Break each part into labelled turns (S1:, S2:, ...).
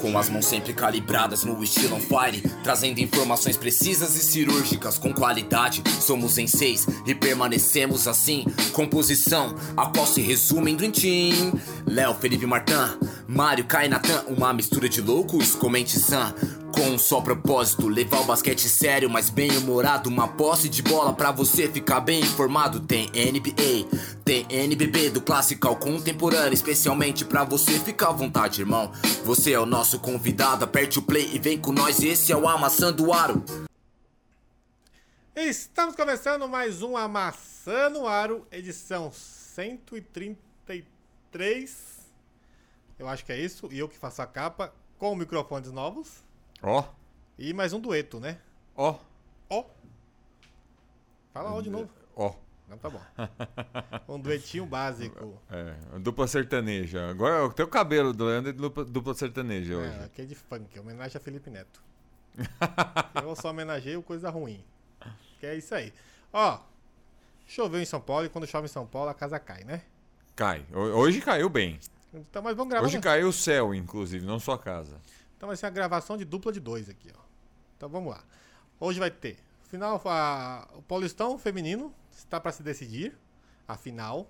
S1: Com as mãos sempre calibradas no estilo on fire, trazendo informações precisas e cirúrgicas com qualidade. Somos em seis e permanecemos assim. Composição, a qual se resume em Dream Team. Léo, Felipe Martin, Mário, Kainatan, uma mistura de loucos, comente sã. Com um só propósito, levar o basquete sério, mas bem humorado. Uma posse de bola pra você ficar bem informado. Tem NBA, tem NBB, do clássico ao contemporâneo. Especialmente pra você ficar à vontade, irmão. Você é o nosso convidado, aperte o play e vem com nós. Esse é o Amassando o Aro.
S2: Estamos começando mais um Amassando Aro, edição 133. Eu acho que é isso. E eu que faço a capa com microfones novos.
S3: Ó,
S2: E mais um dueto, né?
S3: ó,
S2: Ó. Fala ó de novo.
S3: ó.
S2: Não, tá bom. Um duetinho básico.
S3: É, dupla sertaneja. Agora tem o cabelo do Leandro é de dupla, dupla sertaneja
S2: É,
S3: hoje.
S2: aqui é de funk, homenagem a Felipe Neto. Eu só homenageio coisa ruim. Que é isso aí. Ó, choveu em São Paulo e quando chove em São Paulo a casa cai, né?
S3: Cai. Ho- Hoje caiu bem.
S2: Então, mas vamos gravar.
S3: Hoje
S2: né?
S3: caiu o céu, inclusive, não só a casa.
S2: Então vai ser uma gravação de dupla de dois aqui, ó. Então vamos lá. Hoje vai ter final a- o Paulistão feminino está para se decidir a final.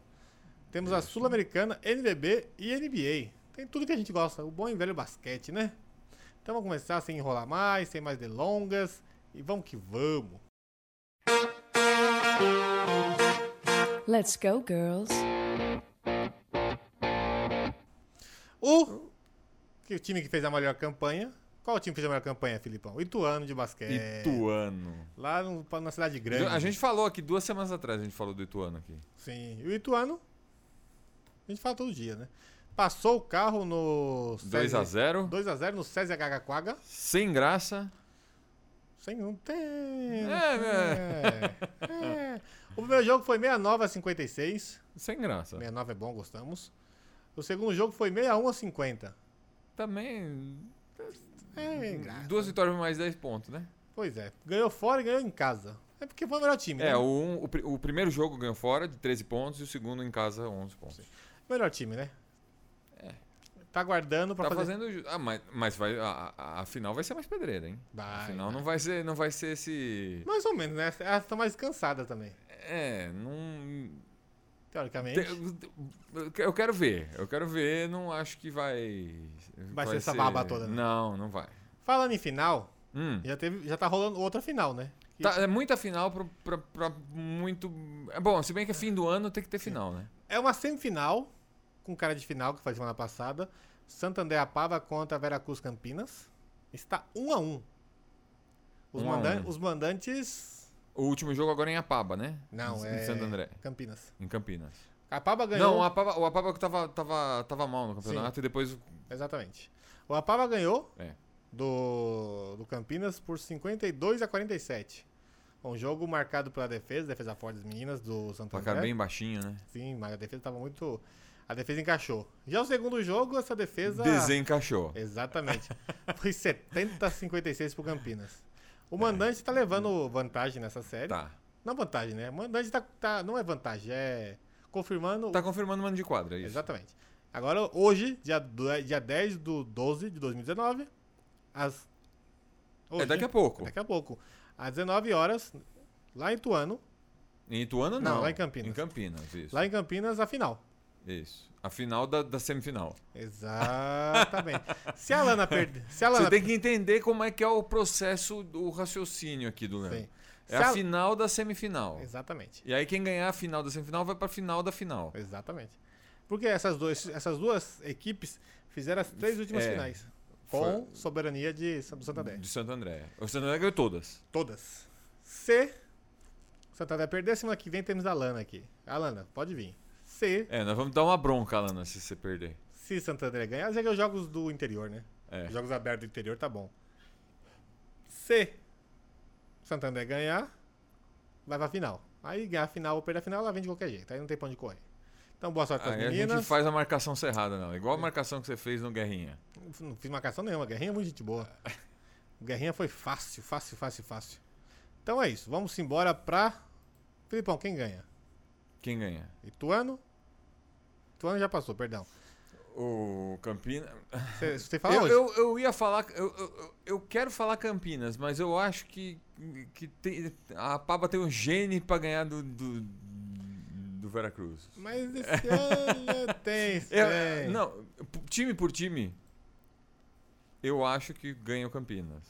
S2: Temos a Sul-Americana, NBB e NBA. Tem tudo que a gente gosta, o bom e velho basquete, né? Então vamos começar sem enrolar mais, sem mais delongas e vamos que vamos.
S4: Let's go, girls.
S2: O que o time que fez a melhor campanha? Qual o time que fez a melhor campanha, Filipão? Ituano de basquete.
S3: Ituano.
S2: Lá no- na cidade grande.
S3: A gente falou aqui duas semanas atrás, a gente falou do Ituano aqui.
S2: Sim, e o Ituano, a gente fala todo dia, né? Passou o carro no...
S3: 2x0.
S2: 2x0 no SESI Agacaquaga,
S3: Sem graça.
S2: sem um tempo.
S3: É, né?
S2: É, é. O primeiro jogo foi 69 a 56.
S3: Sem graça.
S2: 69 é bom, gostamos. O segundo jogo foi 61 a 50.
S3: Também.
S2: É, engraçado.
S3: Duas vitórias mais 10 pontos, né?
S2: Pois é, ganhou fora e ganhou em casa. É porque foi o melhor time,
S3: É,
S2: né?
S3: o, um- o, pri- o primeiro jogo ganhou fora de 13 pontos e o segundo em casa 11 pontos.
S2: Melhor time, né? É. Tá guardando pra
S3: Tá
S2: fazer...
S3: fazendo. ju- Ah, mas, mas vai, a, a- a final vai ser mais pedreira, hein? a
S2: Vai,
S3: final não vai ser, não vai ser esse.
S2: Mais ou menos, né? Elas estão mais cansadas também,
S3: É, não.
S2: teoricamente.
S3: Te- Eu quero ver, eu quero ver. Não acho que vai.
S2: Vai ser essa baba toda, né?
S3: Não, não vai.
S2: Falando em final,
S3: Hum.
S2: já, teve, já tá rolando outra final, né? Que-
S3: Tá, é muita final pra, pra- pra muito. É bom, se bem que é fim do ano, tem que ter final, né?
S2: É uma semifinal, com cara de final, que foi semana passada. Santander Apava contra Veracruz Campinas. Está um a um. Os,
S3: Um a
S2: mandan-
S3: um.
S2: os mandantes.
S3: O último jogo agora é em Apaba, né?
S2: Não,
S3: em,
S2: é.
S3: Em Santo André,
S2: Campinas.
S3: em Campinas.
S2: Apava ganhou.
S3: Não, o Apaba, o Apaba que tava, tava, tava mal no campeonato e depois.
S2: Exatamente. O Apava ganhou
S3: É.
S2: do, do Campinas por 52 a 47. Um jogo marcado pela defesa, defesa forte das meninas do Santander.
S3: Placar bem baixinho, né?
S2: Sim, mas a defesa tava muito. A defesa encaixou. Já o segundo jogo, essa defesa.
S3: Desencaixou.
S2: Exatamente. Foi 70 a 56 pro Campinas. O mandante tá levando vantagem nessa série.
S3: É. Tá.
S2: Não vantagem, né? O mandante tá, tá- Não é vantagem, é. Confirmando.
S3: Tá confirmando o mano de quadra, é isso.
S2: Exatamente. Agora, hoje, dia, do- dia 10 do 12 de 2019, às.
S3: É daqui a pouco.
S2: Daqui a pouco. Às 19 horas, lá em Tuano,
S3: Em Ituano, não.
S2: Não, lá em Campinas.
S3: Em Campinas, isso.
S2: lá em Campinas, a final.
S3: Isso. A final da, da semifinal.
S2: Exatamente. Se a Lana perder. Se a Lana
S3: Você tem que entender como é que é o processo do raciocínio aqui do Leandro.
S2: Sim. Se
S3: É a
S2: a-
S3: final da semifinal.
S2: Exatamente.
S3: E aí quem ganhar a final da semifinal vai pra final da final.
S2: Exatamente. Porque essas, dois, essas duas equipes fizeram as três últimas
S3: É.
S2: finais. Com soberania de Sa- do Santander.
S3: De Santo André. O Santo André ganhou todas.
S2: Todas. Se o Santander perder, semana que vem temos a Lana aqui. A Lana, pode vir. Se,
S3: É, nós vamos dar uma bronca, Lana, se você perder.
S2: se Santander ganhar, já que é os jogos do interior, né?
S3: É.
S2: Jogos abertos do interior tá bom. Se Santander ganhar, vai pra final. Aí ganhar a final ou perder a final, ela vem de qualquer jeito. Aí não tem pra onde correr. Então, boa sorte pras
S3: Aí a gente
S2: meninas. É.
S3: faz a marcação cerrada, não. Igual a marcação que você fez no Guerrinha.
S2: Não fiz marcação nenhuma. Guerrinha é muito gente boa. Guerrinha foi fácil, fácil, fácil, fácil. Então é isso. Vamos embora pra. Filipão, quem ganha?
S3: Quem ganha?
S2: Ituano? Ituano já passou, perdão.
S3: O Campinas.
S2: Você, você fala
S3: Eu,
S2: hoje?
S3: eu, eu ia falar. Eu, eu, eu quero falar Campinas, mas eu acho que, que tem- a Paba tem um gene pra ganhar do, do, do Veracruz.
S2: Mas esse ano tem,
S3: Eu-
S2: tem.
S3: Não, p- time por time, eu acho que ganha o Campinas.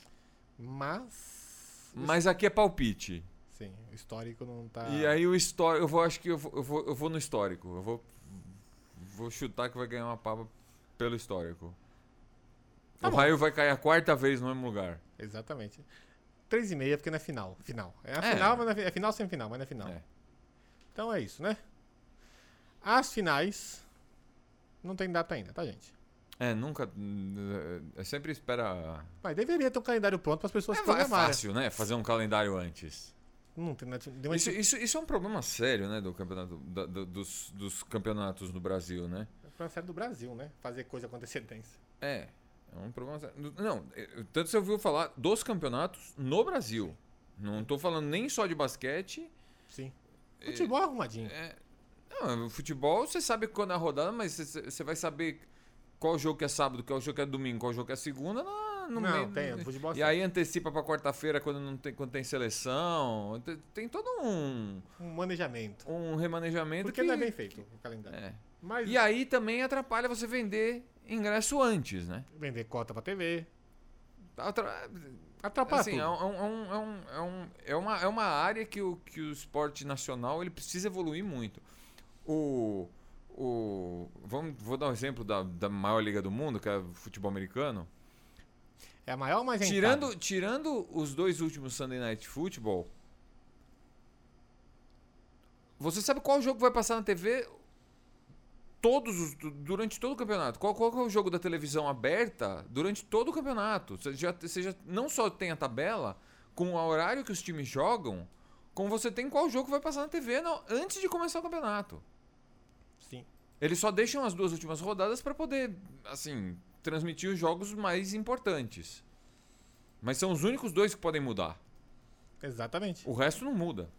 S2: Mas.
S3: Mas aqui é palpite.
S2: Sim, o histórico não tá.
S3: E aí o histórico. Eu vou, acho que eu vou, eu vou, eu vou no histórico. Eu vou, vou chutar que vai ganhar uma pava pelo histórico.
S2: Tá
S3: o
S2: bom.
S3: raio vai cair a quarta vez no mesmo lugar.
S2: Exatamente. 3 e meia, porque não é final. Final. É a
S3: É.
S2: final, mas não é, fi- é final sem final, mas não é final.
S3: É.
S2: Então é isso, né? As finais. Não tem data ainda, tá, gente?
S3: É, nunca. É sempre espera.
S2: Mas deveria ter um calendário pronto para as pessoas
S3: É,
S2: se
S3: fa- é
S2: programarem.
S3: fácil, né? Fazer um calendário antes.
S2: Não tem nada. deu uma-
S3: Isso, isso, isso é um problema sério, né? Do campeonato, da- do- dos, dos campeonatos no Brasil, né?
S2: Pra série do Brasil, né? Fazer coisa com antecedência.
S3: É. É um problema sério. Não, eh, tanto você ouviu falar dos campeonatos no Brasil. Não tô falando nem só de basquete.
S2: Sim.
S3: É.
S2: Futebol é arrumadinho.
S3: Não, o futebol você sabe quando é a rodada, mas você- você vai saber qual jogo que é sábado, qual jogo que é domingo, qual jogo que é segunda. na- No
S2: Não,
S3: meio,
S2: tem, o futebol
S3: E
S2: sim.
S3: aí antecipa pra quarta-feira quando, não tem- quando tem seleção. Tem, tem todo um,
S2: Um manejamento.
S3: um remanejamento
S2: Porque
S3: que...
S2: não é bem feito o calendário.
S3: é.
S2: Mas
S3: E aí também atrapalha você vender ingresso antes, né?
S2: vender cota pra TV.
S3: Atra-
S2: Atrapalha
S3: Assim,
S2: tudo.
S3: é, um- é um- é um- é um- é uma, é uma área que o, que o esporte nacional ele precisa evoluir muito. O, o, vamos, vou dar um exemplo da, da maior liga do mundo, que é o futebol americano.
S2: É a maior, mas é
S3: Tirando, tirando os dois últimos Sunday Night Football, você sabe qual jogo vai passar na TV todos os, du- durante todo o campeonato? Qual, qual que é o jogo da televisão aberta durante todo o campeonato? Você já, você já não só tem a tabela com o horário que os times jogam, como você tem qual jogo vai passar na TV na- antes de começar o campeonato.
S2: Sim.
S3: Eles só deixam as duas últimas rodadas pra poder, assim, transmitir os jogos mais importantes. Mas são os únicos dois que podem mudar.
S2: Exatamente.
S3: O resto não muda.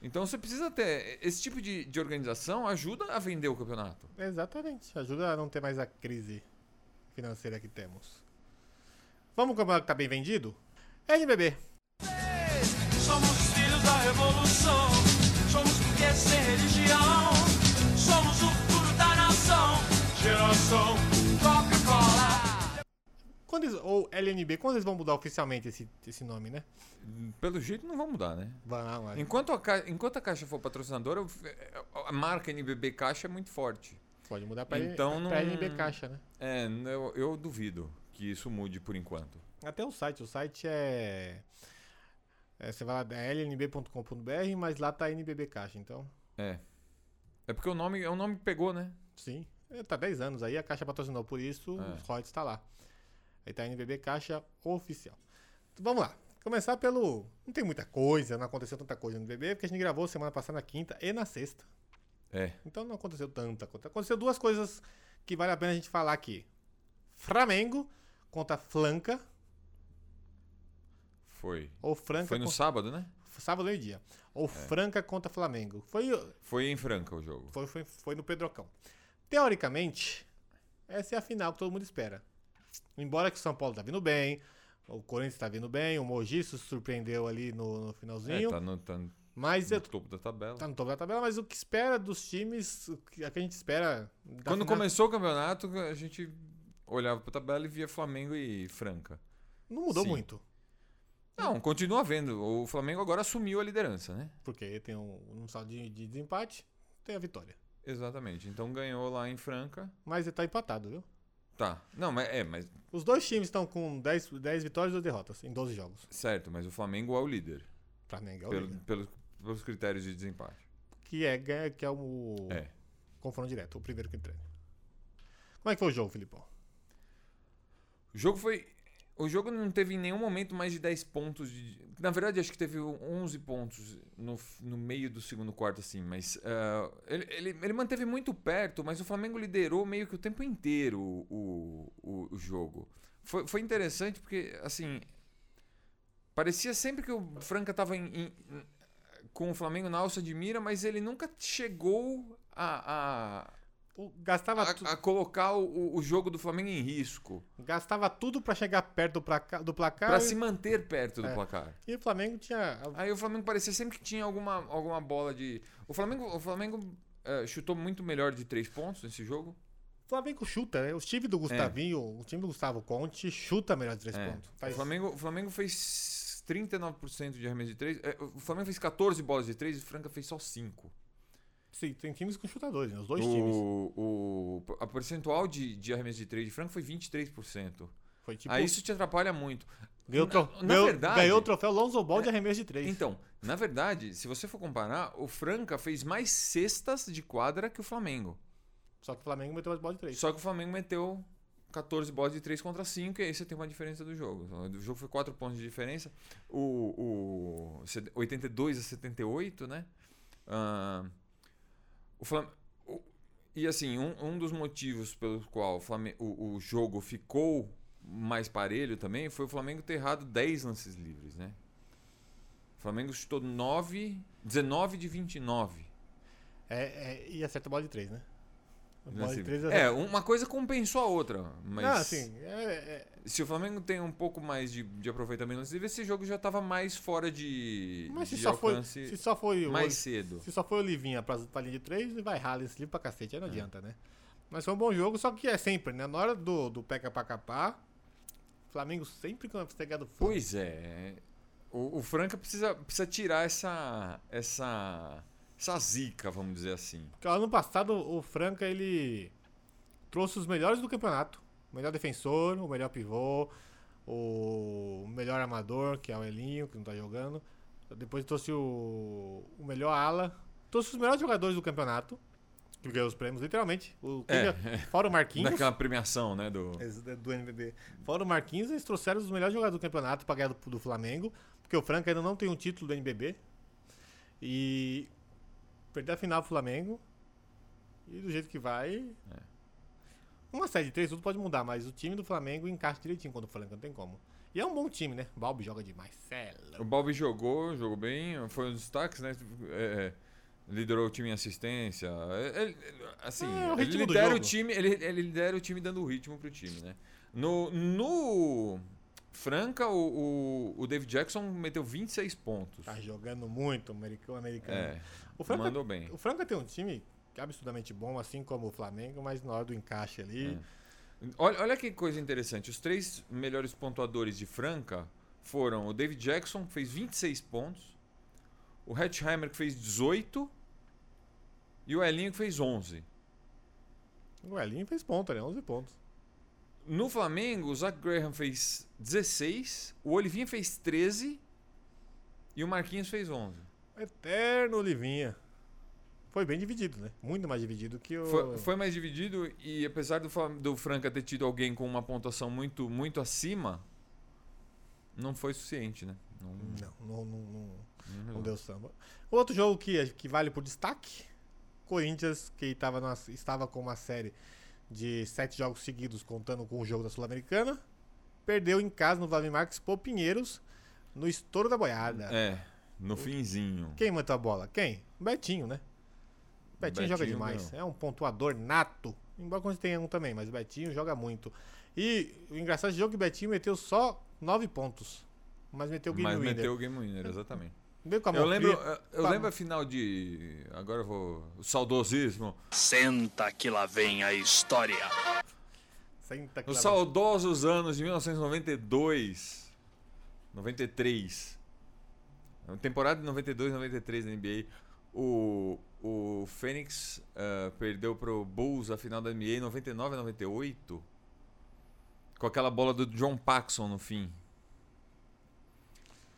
S3: Então você precisa ter. Esse tipo de, de organização ajuda a vender o campeonato.
S2: Exatamente. Ajuda a não ter mais a crise financeira que temos. Vamos ao campeonato que tá bem vendido? NBB.
S5: Somos filhos da revolução, somos mulheres sem religião, somos o futuro da nação, geração Coca-Cola.
S2: Quando eles- ou LNB, quando eles vão mudar oficialmente esse, esse nome, né?
S3: Pelo jeito não vai mudar, né?
S2: Vão, olha,
S3: Enquanto a, Ca- enquanto a Caixa for patrocinadora, eu- é, a marca NBB Caixa é muito forte.
S2: pode mudar pra,
S3: Então não-
S2: pra LNB Caixa, né?
S3: É, eu, eu duvido que isso mude por enquanto.
S2: Até o site. O site é. é, você vai lá, é lnb.com.br, mas lá tá NBB Caixa. Então,
S3: É. É porque o nome, é o nome que pegou, né?
S2: sim. É, Tá 10 anos aí, a Caixa patrocinou, por isso
S3: É.
S2: os royalties tá lá. Aí tá NBB Caixa Oficial. Então, vamos lá. Começar pelo. Não tem muita coisa, não aconteceu tanta coisa no NBB, porque a gente gravou semana passada na quinta e na sexta.
S3: É.
S2: Então não aconteceu tanta coisa. Aconteceu duas coisas que vale a pena a gente falar aqui. Flamengo contra Flanca,
S3: Foi.
S2: ou Franca
S3: Foi no É.
S2: contra-
S3: sábado, né?
S2: sábado meio-dia. Ou Franca contra Flamengo. Foi,
S3: Foi em Franca o jogo.
S2: foi, foi, foi no Pedrocão. Teoricamente, essa é a final que todo mundo espera. Embora que o São Paulo tá vindo bem, o Corinthians tá vindo bem, o Mogi se surpreendeu ali no, no
S3: É,
S2: finalzinho.
S3: tá no, tá no
S2: Mas eu-
S3: topo da tabela.
S2: é tá no topo da tabela, mas o que espera dos times, o que, a que a gente espera. da
S3: Quando
S2: final-
S3: começou o campeonato, a gente olhava pra tabela e via Flamengo e Franca.
S2: Não mudou
S3: Sim.
S2: muito.
S3: Não, continua vendo. O Flamengo agora assumiu a liderança, né?
S2: Porque tem um, um saldo de, de desempate, tem a vitória.
S3: Exatamente. Então ganhou lá em Franca.
S2: Mas ele tá empatado, viu?
S3: Tá. Não, mas é, mas
S2: Os dois times estão com 10, 10 vitórias e 2 derrotas em 12 jogos.
S3: certo, mas o Flamengo é o líder
S2: Flamengo é o
S3: pelo-
S2: líder.
S3: pelos- pelos critérios de desempate.
S2: Que é, ganha- que é o
S3: É.
S2: confronto direto, o primeiro que treina. Como é que foi o jogo, Filipão?
S3: O jogo foi. O jogo não teve em nenhum momento mais de 10 pontos. de- Na verdade, acho que teve 11 pontos no, f- no meio do segundo quarto, assim. Mas ah, ele, ele, ele manteve muito perto, mas o Flamengo liderou meio que o tempo inteiro o, o, o jogo. Foi, foi interessante porque, assim. Parecia sempre que o Franca estava com o Flamengo na alça de mira, mas ele nunca chegou a, a,
S2: o- gastava, tu-
S3: a, a colocar o, o jogo do Flamengo em risco.
S2: gastava tudo pra chegar perto do, placa- do placar.
S3: Pra
S2: e,
S3: se manter perto do
S2: É.
S3: placar.
S2: e o Flamengo tinha.
S3: Aí o Flamengo parecia sempre que tinha alguma, alguma bola de. O Flamengo, o Flamengo eh, chutou muito melhor de três pontos nesse jogo.
S2: O Flamengo chuta, né? O time do Gustavinho, o time do Gustavo Conte, chuta melhor de três
S3: É.
S2: pontos. Tá
S3: O,
S2: Faz-
S3: Flamengo, o Flamengo fez 39% de arremesso de três. Eh, o Flamengo fez 14 bolas de três e o Franca fez só 5.
S2: Sim, tem times com chutadores, né? Os dois times.
S3: O, o, a percentual de, de arremesso de três de Franca foi 23%.
S2: Foi tipo.
S3: Aí isso te atrapalha muito.
S2: ganhou,
S3: na-
S2: tro-
S3: na
S2: ganhou-
S3: verdade-
S2: ganhou o troféu Lonzo Ball de arremesso de três.
S3: Então, na verdade, se você for comparar, o Franca fez mais cestas de quadra que o Flamengo.
S2: Só que o Flamengo meteu mais bola de três.
S3: Só que o Flamengo meteu 14 bolas de 3 contra 5 e aí você tem uma diferença do jogo. O jogo foi 4 pontos de diferença. O, o se- 82 a 78, né? Ah, o Flam- o- e assim, um, um dos motivos pelo qual o, Flame- o- o jogo ficou mais parelho também foi o Flamengo ter errado 10 lances livres, né? O Flamengo chutou 9, 19 de 29.
S2: É, é, e acerta a bola de três, né? A Bola
S3: lances
S2: de
S3: livres.
S2: três
S3: É, uma coisa compensou a outra, mas
S2: Não, assim, é- é-
S3: Se o Flamengo tem um pouco mais de, de aproveitamento nesse nível, esse jogo já tava mais fora de,
S2: mas se
S3: de
S2: só, foi,
S3: alcance
S2: se só foi o
S3: mais cedo.
S2: Se só foi o Livinha pra, pra linha de 3, ele vai errar esse livro pra cacete, aí
S3: É.
S2: não adianta, né? Mas foi um bom jogo, só que é sempre, né? Na hora do, do Peca pra capar, Flamengo sempre com a pegada do Flamengo.
S3: Pois é. O, o Franca precisa, precisa tirar essa, essa, essa zica, vamos dizer assim.
S2: Porque ano passado o Franca, ele trouxe os melhores do campeonato. O melhor defensor, o melhor pivô, o melhor armador, que é o Elinho, que não tá jogando. Depois trouxe o, o melhor ala. Trouxe os melhores jogadores do campeonato. Que ganhou os prêmios, literalmente. O,
S3: É.
S2: Fora o Marquinhos.
S3: Naquela premiação, né? Do...
S2: Eles- é, do NBB. Fora o Marquinhos, eles trouxeram os melhores jogadores do campeonato pra ganhar do, do Flamengo, porque o Franca ainda não tem um título do NBB. E perder a final pro Flamengo. E do jeito que vai.
S3: É.
S2: Uma série de três, tudo pode mudar, mas o time do Flamengo encaixa direitinho contra o Franca, não tem como. E é um bom time, né? Balbi joga demais. Cê é
S3: O
S2: louco.
S3: Balbi jogou, jogou bem, foi um dos destaques, né? É, liderou o time em assistência. Ele- ele- assim,
S2: É, o
S3: ele
S2: ritmo do
S3: lidera o
S2: jogo.
S3: time, ele, ele lidera o time dando o ritmo pro time, né? No, no Franca, o, o, o David Jackson meteu 26 pontos.
S2: Tá jogando muito o americano. americano.
S3: É,
S2: o Franca
S3: mandou bem.
S2: O Franca tem um time absurdamente bom, assim como o Flamengo, mas na hora do encaixe ali.
S3: Olha, olha que coisa interessante. Os três melhores pontuadores de Franca foram o David Jackson, que fez 26 pontos, o Hatchheimer, que fez 18, e o Elinho, que fez 11. É.
S2: O Elinho fez ponto, né? 11 pontos.
S3: No Flamengo, o Zach Graham fez 16, o Olivinha fez 13 e o Marquinhos fez 11.
S2: Eterno Olivinha. Foi bem dividido, né? Muito mais dividido que o.
S3: Foi, foi mais dividido e apesar do, Flam- do Franca ter tido alguém com uma pontuação muito, muito acima, não foi suficiente, né? Não-
S2: Não, não, não, não, não deu samba. Outro jogo que, que vale por destaque: Corinthians, que tava numa- estava com uma série de sete jogos seguidos, contando com o jogo da Sul-Americana. Perdeu em casa no Vale Marques por Pinheiros, no estouro da boiada.
S3: É, no finzinho.
S2: Quem matou a bola? Quem? Betinho, né? Betinho, joga
S3: Betinho
S2: demais.
S3: ganhou.
S2: É um pontuador nato. Embora quando tenha um também, mas Betinho joga muito. E o engraçado de jogo é que Betinho meteu só nove pontos. Mas meteu o game
S3: Mas
S2: winner.
S3: meteu o game winner, exatamente.
S2: Veio com a
S3: Eu
S2: mão
S3: lembro,
S2: fria.
S3: eu, eu
S2: Tá.
S3: lembro a final de. Agora eu vou. O saudosismo.
S6: Senta que lá vem a história.
S2: Senta aqui.
S3: Nos
S2: lá,
S3: saudosos anos de 1992, 93. Na É Temporada de 92, 93 da NBA. O, o Fênix ah, perdeu pro Bulls a final da NBA em 99 a 98. Com aquela bola do John Paxson no fim.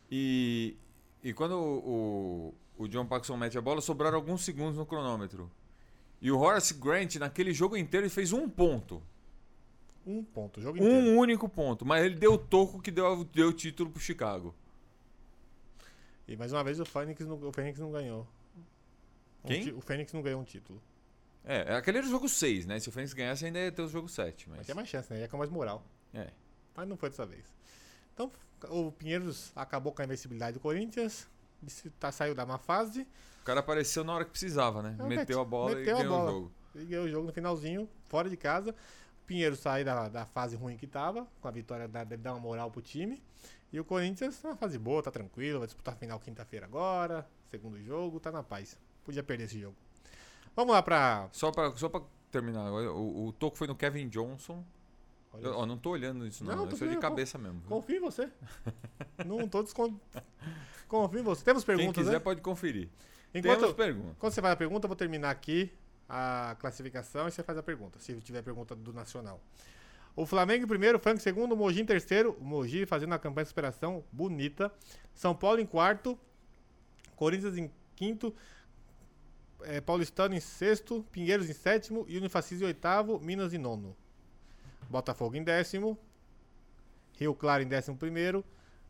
S3: E, e quando o, o, o John Paxson mete a bola, sobraram alguns segundos no cronômetro. E o Horace Grant, naquele jogo inteiro, ele fez um ponto.
S2: Um ponto, o jogo inteiro.
S3: Um único ponto, mas ele deu o toco que deu, deu o título pro Chicago.
S2: E mais uma vez o Fênix não, o Fênix não ganhou. Um
S3: Quem?
S2: ti- o Fênix não ganhou um título.
S3: É, aquele era o jogo 6, né? Se o Fênix ganhasse, ainda ia ter o jogo 7.
S2: Mas
S3: Mas...
S2: tinha mais chance, né? Ia com mais moral.
S3: É.
S2: Mas não foi dessa vez. Então, o Pinheiros acabou com a invencibilidade do Corinthians. Tá, saiu da má fase.
S3: O cara apareceu na hora que precisava, né?
S2: É,
S3: meteu a bola e
S2: meteu a
S3: ganhou
S2: bola.
S3: o jogo.
S2: E ganhou o jogo no finalzinho, fora de casa. Pinheiro sai da, da fase ruim que tava, com a vitória dá- deve dar uma moral pro time. E o Corinthians tá na fase boa, tá tranquilo, vai disputar a final quinta-feira agora, segundo jogo, tá na paz. Podia perder esse jogo. Vamos lá pra.
S3: Só pra, só pra terminar, agora, o, o toco foi no Kevin Johnson.
S2: Olha
S3: Eu, ó, não tô olhando isso, não.
S2: Não, tô
S3: isso é de
S2: vendo,
S3: cabeça mesmo. viu?
S2: Confio em você. Não tô descon... Confio em você. Temos
S3: Quem
S2: perguntas,
S3: quiser
S2: né?
S3: pode conferir. Temos
S2: Enquanto,
S3: pergunta.
S2: quando você vai a pergunta, eu vou terminar aqui a classificação e você faz a pergunta, se tiver pergunta do Nacional. O Flamengo em primeiro, Frank em segundo, Mogi em terceiro, o Mogi fazendo uma campanha de superação bonita. São Paulo em quarto, Corinthians em quinto, eh, Paulistano em sexto, Pinheiros em sétimo, e Unifacis em oitavo, Minas em nono. Botafogo em décimo, Rio Claro em décimo primeiro,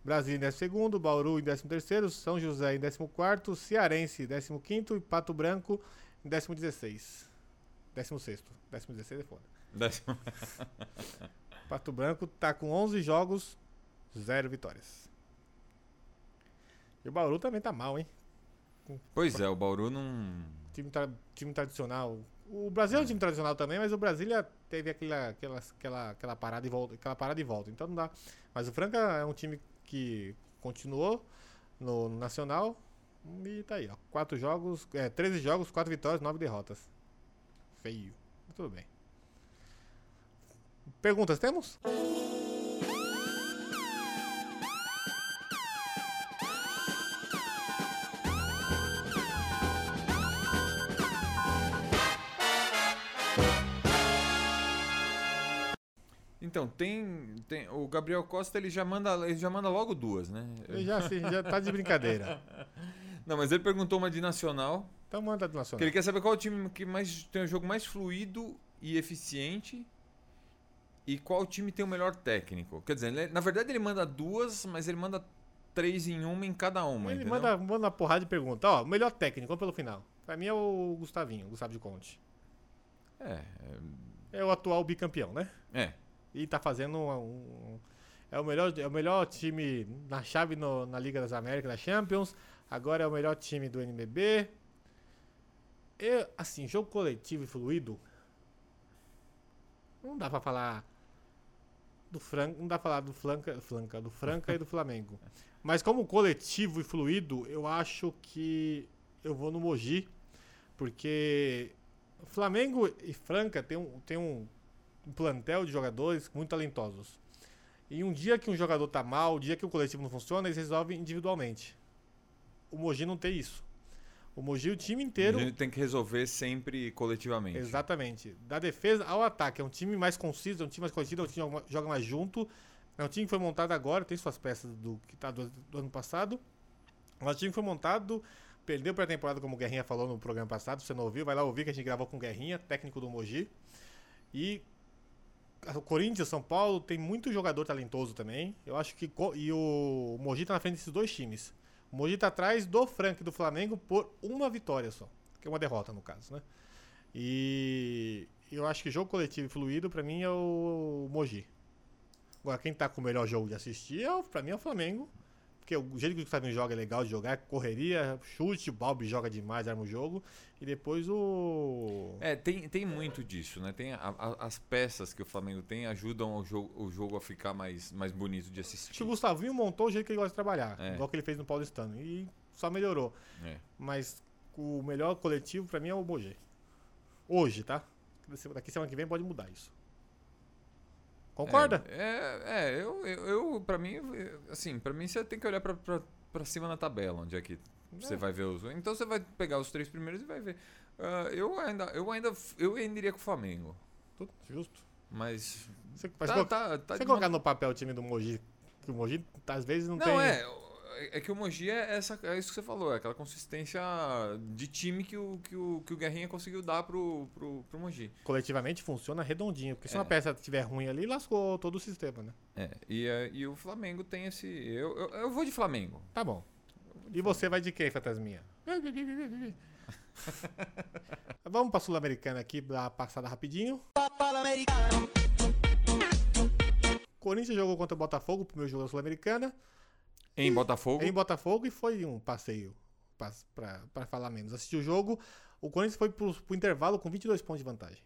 S2: Brasília em décimo segundo, Bauru em décimo terceiro, São José em décimo quarto, Cearense em décimo quinto e Pato Branco em décimo dezesseis. Décimo sexto. Décimo dezesseis é foda.
S3: Décimo-
S2: Pato Branco tá com 11 jogos, zero vitórias. E o Bauru também tá mal, hein?
S3: Pois é, o Bauru não.
S2: time, tra- time tradicional. O Brasil é um time tradicional também, mas o Brasília teve aquela, aquela, aquela, aquela, parada e volta, aquela parada e volta. Então não dá. Mas o Franca é um time que continuou no, no Nacional. E tá aí, ó. Quatro jogos, é, 13 jogos, quatro vitórias, nove derrotas. Feio. Mas tudo bem. Perguntas temos?
S3: Então, tem, tem. O Gabriel Costa ele já manda, ele já manda logo duas, né?
S2: Eu Já, sim, já tá de brincadeira.
S3: Não, mas ele perguntou uma de nacional.
S2: Então manda do
S3: Que
S2: Nacional.
S3: ele quer saber qual o time que mais tem o jogo mais fluido e eficiente. E qual time tem o melhor técnico. Quer dizer, ele- é, na verdade ele manda duas, mas ele manda três em uma em cada uma.
S2: Ele
S3: entendeu?
S2: manda, manda uma porrada de pergunta. Ó, o melhor técnico, vamos pelo final. Pra mim é o Gustavinho, Gustavo de Conte.
S3: É,
S2: É o atual bicampeão, né?
S3: é. é.
S2: E tá fazendo um. um- é, o melhor, é o melhor time na chave no- na Liga das Américas, da Champions. Agora é o melhor time do NBB. E, assim, jogo coletivo e fluido. Não dá pra falar. Do Franca, não dá pra falar do Flanca, Flanca, do Franca e do Flamengo. Mas como coletivo e fluido, eu acho que eu vou no Mogi, porque Flamengo e Franca tem um, tem um um plantel de jogadores muito talentosos. E um dia que um jogador tá mal, o dia que o coletivo não funciona, eles resolvem individualmente. O Mogi não tem isso. O Mogi, o time inteiro.
S3: A gente tem que resolver sempre coletivamente.
S2: Exatamente. Da defesa ao ataque. É um time mais conciso, é um time mais coecido, é um time que joga- joga mais junto. É um time que foi montado agora, tem suas peças do que tá do, do ano passado. Mas o time que foi montado, perdeu pra temporada, como o Guerrinha falou no programa passado. Se você não ouviu, vai lá ouvir que a gente gravou com o Guerrinha, técnico do Mogi. E o Corinthians, São Paulo, tem muito jogador talentoso também. Eu acho que. co- E o Mogi tá na frente desses dois times. O Mogi tá atrás do Frank e do Flamengo por uma vitória só. Que é uma derrota, no caso, né? E eu acho que jogo coletivo e fluido, pra mim, é o Mogi. Agora, quem tá com o melhor jogo de assistir, é, o- pra mim, é o Flamengo. Porque o jeito que o Gustavinho joga é legal de jogar, correria, chute, o Balbi joga demais, arma o jogo. E depois o.
S3: É, tem, tem muito disso, né? Tem a- a- as peças que o Flamengo tem ajudam o jogo, o jogo a ficar mais, mais bonito de
S2: Acho que
S3: assistir.
S2: o Gustavinho montou o jeito que ele gosta de trabalhar,
S3: É.
S2: igual que ele fez no Paulistano. E só melhorou.
S3: É.
S2: Mas o melhor coletivo, pra mim, é o Mogi. Hoje, tá? Daqui semana que vem pode mudar isso. Concorda?
S3: É, é, eu, eu, eu para mim, eu- assim, para mim você tem que olhar pra, pra, pra cima na tabela, onde é que você vai ver os. Então você vai pegar os três primeiros e vai ver. Ah, eu ainda, eu ainda, eu ainda iria com o Flamengo,
S2: Tudo justo.
S3: mas
S2: Você, mas
S3: tá,
S2: qual-
S3: tá, tá
S2: Você
S3: de
S2: colocar no papel o time do Mogi, que o Mogi às vezes não,
S3: Não,
S2: tem.
S3: é. É que o Mogi é, essa, é isso que você falou, é aquela consistência de time que o, que o, que o Guerrinha conseguiu dar pro, pro, pro Mogi.
S2: Coletivamente funciona redondinho, porque se
S3: É.
S2: uma peça estiver ruim ali, lascou todo o sistema, né?
S3: É, e, é, e o Flamengo tem esse. Eu, eu, eu vou de Flamengo.
S2: Tá bom. E você vai de quem, fantasminha? Vamos pra Sul-Americana aqui, dar uma passada rapidinho. Corinthians jogou contra o Botafogo, o primeiro jogo da Sul-Americana.
S3: Em Botafogo.
S2: em Botafogo e foi um passeio pas- pra pra falar menos. Assisti o jogo, O Corinthians foi pro, pro intervalo com 22 pontos de vantagem.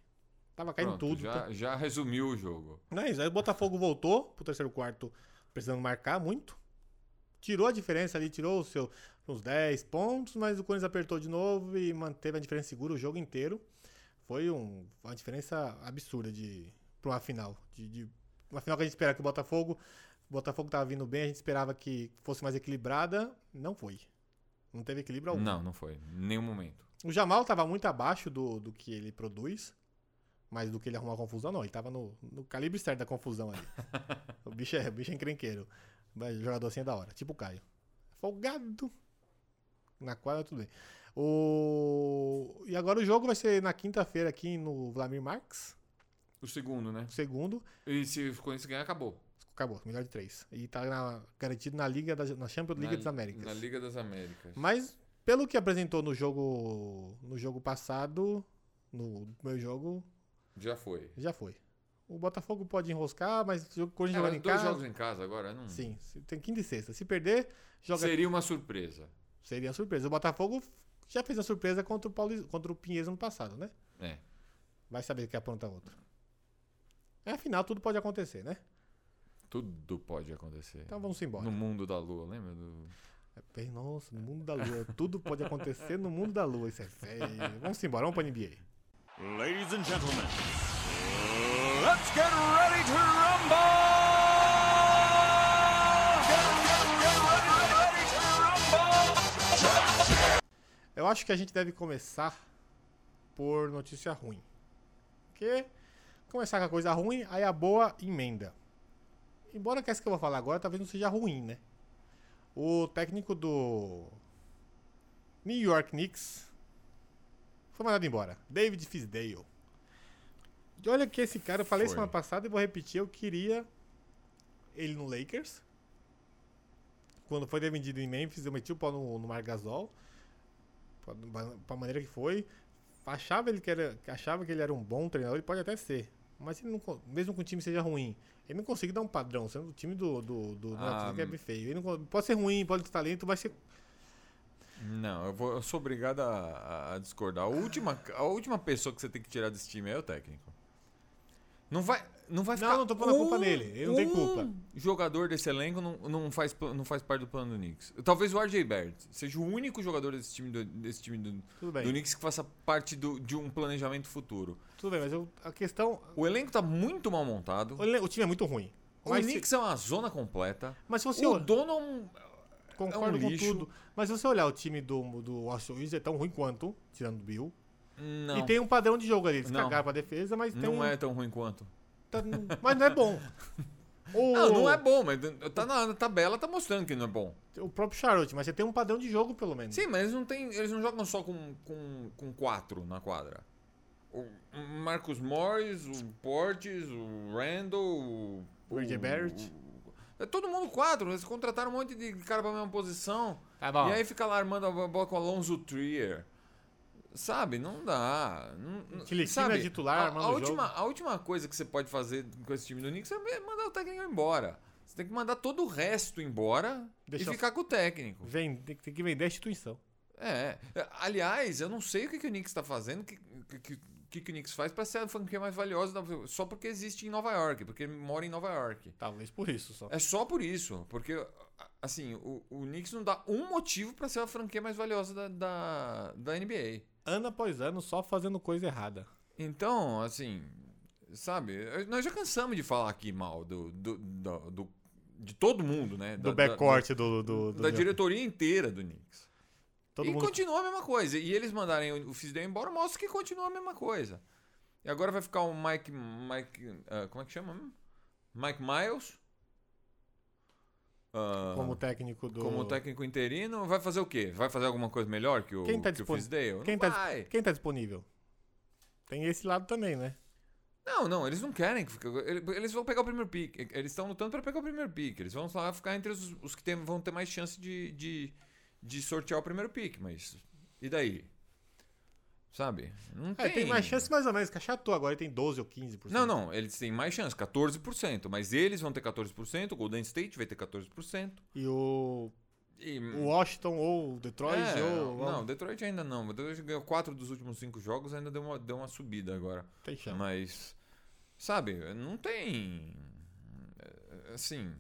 S2: Tava caindo
S3: Pronto,
S2: tudo. tá.
S3: Já, já resumiu o jogo.
S2: Não é isso. Aí o Botafogo voltou pro terceiro quarto, precisando marcar muito. Tirou a diferença ali, tirou o seu, uns 10 pontos, mas o Corinthians apertou de novo e manteve a diferença segura o jogo inteiro. Foi um- uma diferença absurda de para uma final. De, de- uma final que a gente esperava que o Botafogo. O Botafogo tava vindo bem, a gente esperava que fosse mais equilibrada. Não foi. Não teve equilíbrio algum.
S3: Não, não foi. Em Nenhum momento.
S2: O Jamal tava muito abaixo do, do que ele produz, mas do que ele arrumou a confusão, não. Ele tava no, no calibre certo da confusão ali. o, bicho é, o bicho é encrenqueiro. Mas jogador assim é da hora, tipo o Caio. Folgado. Na quadra, tudo bem. O... E agora o jogo vai ser na quinta-feira aqui no Vladimir Marx,
S3: O segundo, né?
S2: o segundo.
S3: E se o Corinthians ganhar, acabou.
S2: Acabou, melhor de três. E tá na- garantido na Liga da, na Champions League
S3: Na-
S2: das Américas.
S3: Na Liga das Américas.
S2: Mas pelo que apresentou no jogo no jogo passado, no meu jogo,
S3: Já foi.
S2: Já foi. O Botafogo pode enroscar, mas o jogo- o Corinthians
S3: É,
S2: jogando
S3: dois
S2: em casa.
S3: jogos em casa agora, não.
S2: Sim, se- tem quinta e sexta. Se perder, joga.
S3: Seria uma surpresa.
S2: Seria uma surpresa. O Botafogo já fez a surpresa contra o, Pauli... contra o Pinheiros ano passado, né?
S3: É.
S2: Vai saber que apronta outro. É, afinal, tudo pode acontecer, né?
S3: Tudo pode acontecer.
S2: Então vamos embora.
S3: No mundo da lua, lembra? do-
S2: É, bem, Nossa, no mundo da lua. é, tudo pode acontecer no mundo da lua. Isso é feio. Vamos embora, vamos pra NBA.
S5: Ladies and gentlemen, let's get ready to rumble! Get, get, get ready, ready to rumble!
S2: Eu acho que a gente deve começar por notícia ruim. Porque começar com a coisa ruim, aí a boa emenda. Embora que essa que eu vou falar agora talvez não seja ruim, né? O técnico do New York Knicks foi mandado embora. David Fisdale. E olha que esse cara, eu falei
S3: Foi.
S2: semana passada e vou repetir, eu queria ele no Lakers. Quando foi demitido em Memphis, eu meti o pau no, no Marc Gasol pra- pra pra maneira que foi, achava ele que era, achava que ele era um bom treinador, ele pode até ser. Mas ele não, co- mesmo que o time seja ruim, ele não consegue dar um padrão, sendo o time do do do, do
S3: Ah,
S2: Atlético é bem feio. Ele não co- pode ser ruim, pode ter talento, vai ser
S3: Não, eu, vou- eu sou obrigado a, a- a discordar. A última, a última pessoa que você tem que tirar desse time é o técnico. Não vai, não vai
S2: Não,
S3: ficar. um
S2: não tô pondo a culpa nele, ele não tem culpa.
S3: Jogador desse elenco não, não, faz, pla- não faz parte do plano do Knicks. Talvez o RJ Barrett seja o único jogador desse time do, desse time do,
S2: Tudo bem.
S3: do Knicks que faça parte do- de um planejamento futuro.
S2: tudo bem, mas eu- a questão,
S3: O elenco tá muito mal montado.
S2: o, ele- o time é muito ruim.
S3: O
S2: mas se-
S3: Knicks é uma zona completa.
S2: mas se você
S3: O
S2: olhar,
S3: dono é um-
S2: concordo com
S3: lixo.
S2: tudo, mas se você olhar o time do do Washington Wizards é tão ruim quanto, tirando o Bill.
S3: Não,
S2: E tem um padrão de jogo ali, eles
S3: Não.
S2: cagaram pra defesa, mas tem
S3: não
S2: um,
S3: é tão ruim quanto.
S2: tá- mas não é bom. O-
S3: Não, não é bom, mas tá na tabela tá mostrando que não é bom.
S2: o próprio Charlotte, mas você tem um padrão de jogo pelo menos.
S3: Sim, mas eles não, tem, eles não jogam só com, com, com quatro na quadra. O Marcos Morris, o Portes, o Randall, o.
S2: O RJ Barrett.
S3: o- É todo mundo quatro, eles contrataram um monte de cara pra mesma posição.
S2: Tá bom.
S3: E aí fica lá armando a bola com o Alonso Trier. Sabe, não dá. Não, não-
S2: Filippino
S3: sabe,
S2: é titular,
S3: a,
S2: armando
S3: a
S2: o
S3: última, a última coisa que você pode fazer com esse time do Knicks é mandar o técnico embora. Você tem que mandar todo o resto embora
S2: Deixa eu-
S3: e ficar com o técnico.
S2: Vem, tem, que- tem que vender a instituição.
S3: É. é. Aliás, eu não sei o que, que o Knicks tá fazendo, o que, que, que, que que o Knicks faz pra ser a franquia mais valiosa, da- só porque existe em Nova York, porque ele mora em Nova York.
S2: Talvez por isso só.
S3: É só por isso, porque, a- assim, o, o Knicks não dá um motivo pra ser a franquia mais valiosa da, da, da NBA.
S2: Ano após ano, só fazendo coisa errada.
S3: Então, assim, sabe, eu- nós já cansamos de falar aqui mal do, do, do- do- de todo mundo, né?
S2: Do backcourt, do, do,
S3: Da,
S2: do-
S3: da diretoria inteira do Knicks.
S2: Todo
S3: e
S2: mundo.
S3: continua a mesma coisa. E eles mandarem o- o Fisdale embora, mostra que continua a mesma coisa. E agora vai ficar o Mike. Mike ah, como é que chama? mesmo? Mike Miles. Ah,
S2: Como técnico do.
S3: como técnico interino. Vai fazer o quê? Vai fazer alguma coisa melhor que o,
S2: Quem tá
S3: que o
S2: dispon-
S3: Fisdale?
S2: Quem tá,
S3: não vai.
S2: quem tá disponível? Tem esse lado também, né?
S3: Não, não, eles não querem. que fique- ele- Eles vão pegar o primeiro pick. Eles estão lutando para pegar o primeiro pick. Eles vão lá ficar entre os, os que tem- vão ter mais chance de, de, de sortear o primeiro pick. Mas. E daí? Sabe? Não
S2: É, tem mais chance mais ou menos, que achatou agora, ele tem 12 ou 15%.
S3: Não, não, eles têm mais chance, 14%. Mas eles vão ter 14%, o Golden State vai ter 14%.
S2: E o.
S3: E-
S2: O Washington ou o Detroit
S3: É,
S2: ou.
S3: Não, Detroit ainda não. mas Detroit ganhou quatro dos últimos cinco jogos, ainda deu uma, deu uma subida agora.
S2: Tem chance.
S3: Mas, sabe, não tem. é, Assim.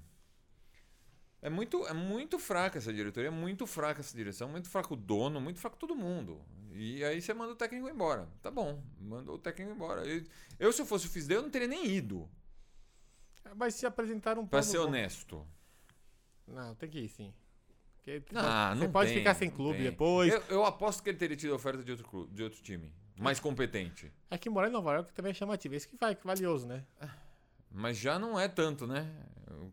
S3: É muito, é muito fraca essa diretoria, é muito fraca essa direção, muito fraco o dono, muito fraco todo mundo. E aí você manda o técnico embora. Tá bom, mandou o técnico embora. Eu, eu, se eu fosse o Fisdale, eu não teria nem ido,
S2: Mas se apresentar um
S3: pra
S2: plano
S3: ser
S2: bom-
S3: honesto.
S2: Não, tem que ir sim. Porque tu
S3: Ah,
S2: pode-
S3: não
S2: você pode
S3: tem,
S2: ficar sem
S3: não
S2: clube
S3: tem.
S2: depois.
S3: Eu, eu aposto que ele teria tido oferta de outro, clube, de outro time, mais competente.
S2: É que morar em Nova York também é chamativo. Isso que vai, que é valioso, né?
S3: Mas já não é tanto, né?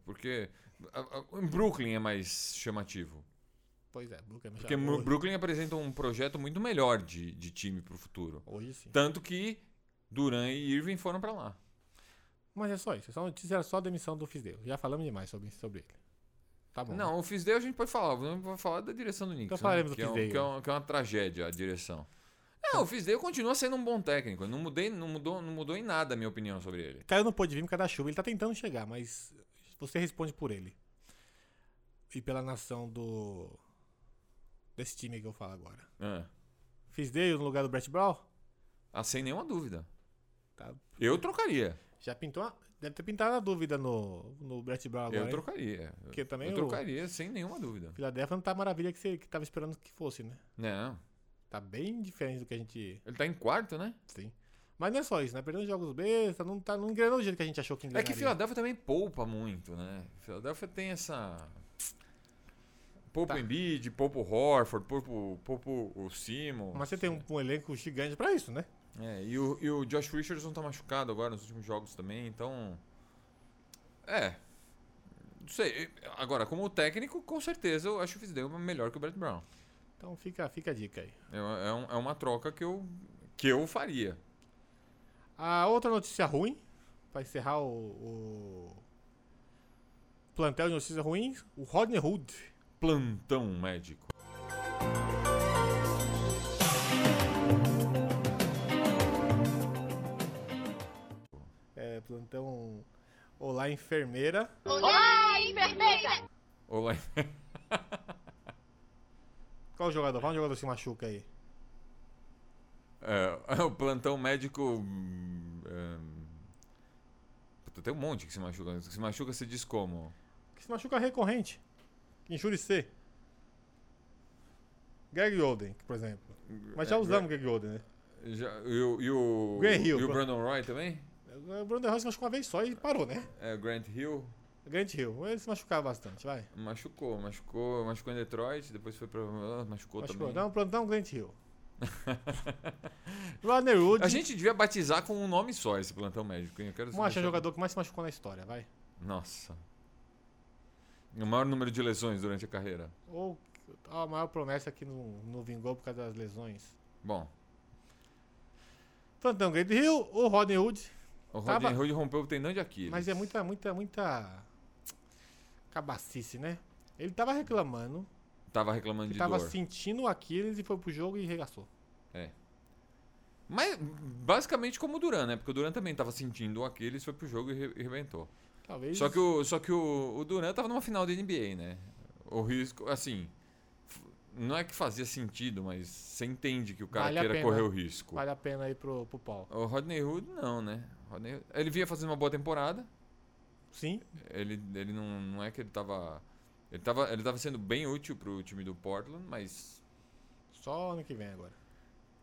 S3: Porque a- a- em Brooklyn é mais chamativo.
S2: Pois é, Brooklyn é
S3: Porque
S2: melhor.
S3: Mu-
S2: hoje,
S3: Brooklyn apresenta um projeto muito melhor de, de time pro futuro.
S2: hoje sim.
S3: Tanto que Duran e Irving foram pra lá.
S2: Mas é só isso. Essa notícia era só a demissão do Fisdale. Já falamos demais sobre, sobre ele. Tá bom. né?
S3: Não, o Fisdale a gente pode falar. Vamos falar da direção do Knicks. né?
S2: falaremos do
S3: que, é um-
S2: Fizdale.
S3: que é um- que é uma tragédia a direção. Não, o Fisdale continua sendo um bom técnico. Eu Não, mudei, não, mudou, não mudou em nada a minha opinião sobre ele.
S2: Caio não pôde vir por causa da chuva. Ele tá tentando chegar, mas você responde por ele. E pela nação do. Desse time que eu falo agora.
S3: Ah,
S2: Fisdale no lugar do Brett Brown?
S3: ah, sem nenhuma dúvida.
S2: Tá.
S3: Eu trocaria.
S2: Já pintou uma... Deve ter pintado a dúvida no, no Brett Brown agora.
S3: eu
S2: hein?
S3: trocaria.
S2: Porque também é
S3: eu
S2: o-
S3: trocaria, sem nenhuma dúvida.
S2: Filadélfia não tá a maravilha que, você, que tava esperando que fosse, né?
S3: Não.
S2: Tá bem diferente do que a gente
S3: Ele tá em quarto, né?
S2: tem. Mas não é só isso, né? Perdendo jogos besta, não, tá, não tá engrenou do jeito que a gente achou que
S3: É
S2: engrenaria.
S3: que Filadélfia também poupa muito, né? Filadélfia tem essa. Poupa
S2: Tá.
S3: o Embiid, poupa o Horford, poupa, o- poupa o Simon.
S2: Mas você tem um, um elenco gigante pra isso, né?
S3: É, e o, e o Josh Richardson tá machucado agora nos últimos jogos também, então. É. Não sei. Agora, como técnico, com certeza eu acho que o Fisdale melhor que o Brett Brown.
S2: Então fica, fica a dica aí.
S3: É, uma- é um- é uma troca que eu, que eu faria.
S2: A outra notícia ruim, pra encerrar o, o plantel de notícias ruins, o Rodney Hood.
S3: Plantão médico.
S2: É, plantão... Olá, enfermeira.
S7: Olá, enfermeira!
S3: Olá.
S2: Qual jogador? Qual jogador se machuca aí?
S3: É, o plantão médico. hum, hum, puta, tem um monte que se machuca. Se machuca, se diz como?
S2: Que se machuca recorrente. Injure C. Greg Oden, por exemplo. Mas já
S3: É,
S2: usamos o Greg Oden, né?
S3: Já- e, o- e o.
S2: Grant Hill,
S3: E o
S2: pô.
S3: Brandon Roy também?
S2: O Bruno Roy se machucou uma vez só e parou, né?
S3: É, Grant Hill
S2: Grant Hill. Ele se machucava bastante, vai.
S3: machucou. Machucou, machucou em Detroit, depois foi pra. ah, machucou,
S2: Machucou. um
S3: também.
S2: Não, plantão Grant Hill. Rodney Hood.
S3: A gente devia batizar com um nome só esse plantão médico. hein? Eu quero
S2: Vamos achar o
S3: deixar-
S2: jogador que mais se machucou na história, vai.
S3: Nossa. O maior número de lesões durante a carreira.
S2: Ou a maior promessa que não, não vingou por causa das lesões.
S3: Bom,
S2: Plantão Grant Hill ou Rodney Hood.
S3: o
S2: Tava-
S3: Rodney Hood rompeu o tendão de Aquiles.
S2: Mas é muita, muita, muita cabacice, né? Ele tava reclamando
S3: Tava reclamando
S2: que
S3: de
S2: tava
S3: dor.
S2: sentindo o Aquiles e foi pro jogo e regaçou.
S3: É. Mas basicamente como o Duran, né? Porque o Duran também tava sentindo o Aquiles, foi pro jogo e re- e rebentou.
S2: Talvez.
S3: Só que o, só que o, o Duran tava numa final da NBA, né? O risco, assim. f- Não é que fazia sentido, mas você entende que o cara
S2: Vale a
S3: queira
S2: pena.
S3: correr o risco.
S2: vale a pena ir pro, pro pau.
S3: O Rodney Hood, não, né? Rodney Hood- ele vinha fazendo uma boa temporada.
S2: Sim.
S3: Ele, ele não, não é que ele tava. Ele tava, ele tava sendo bem útil pro time do Portland, mas.
S2: Só ano que vem agora.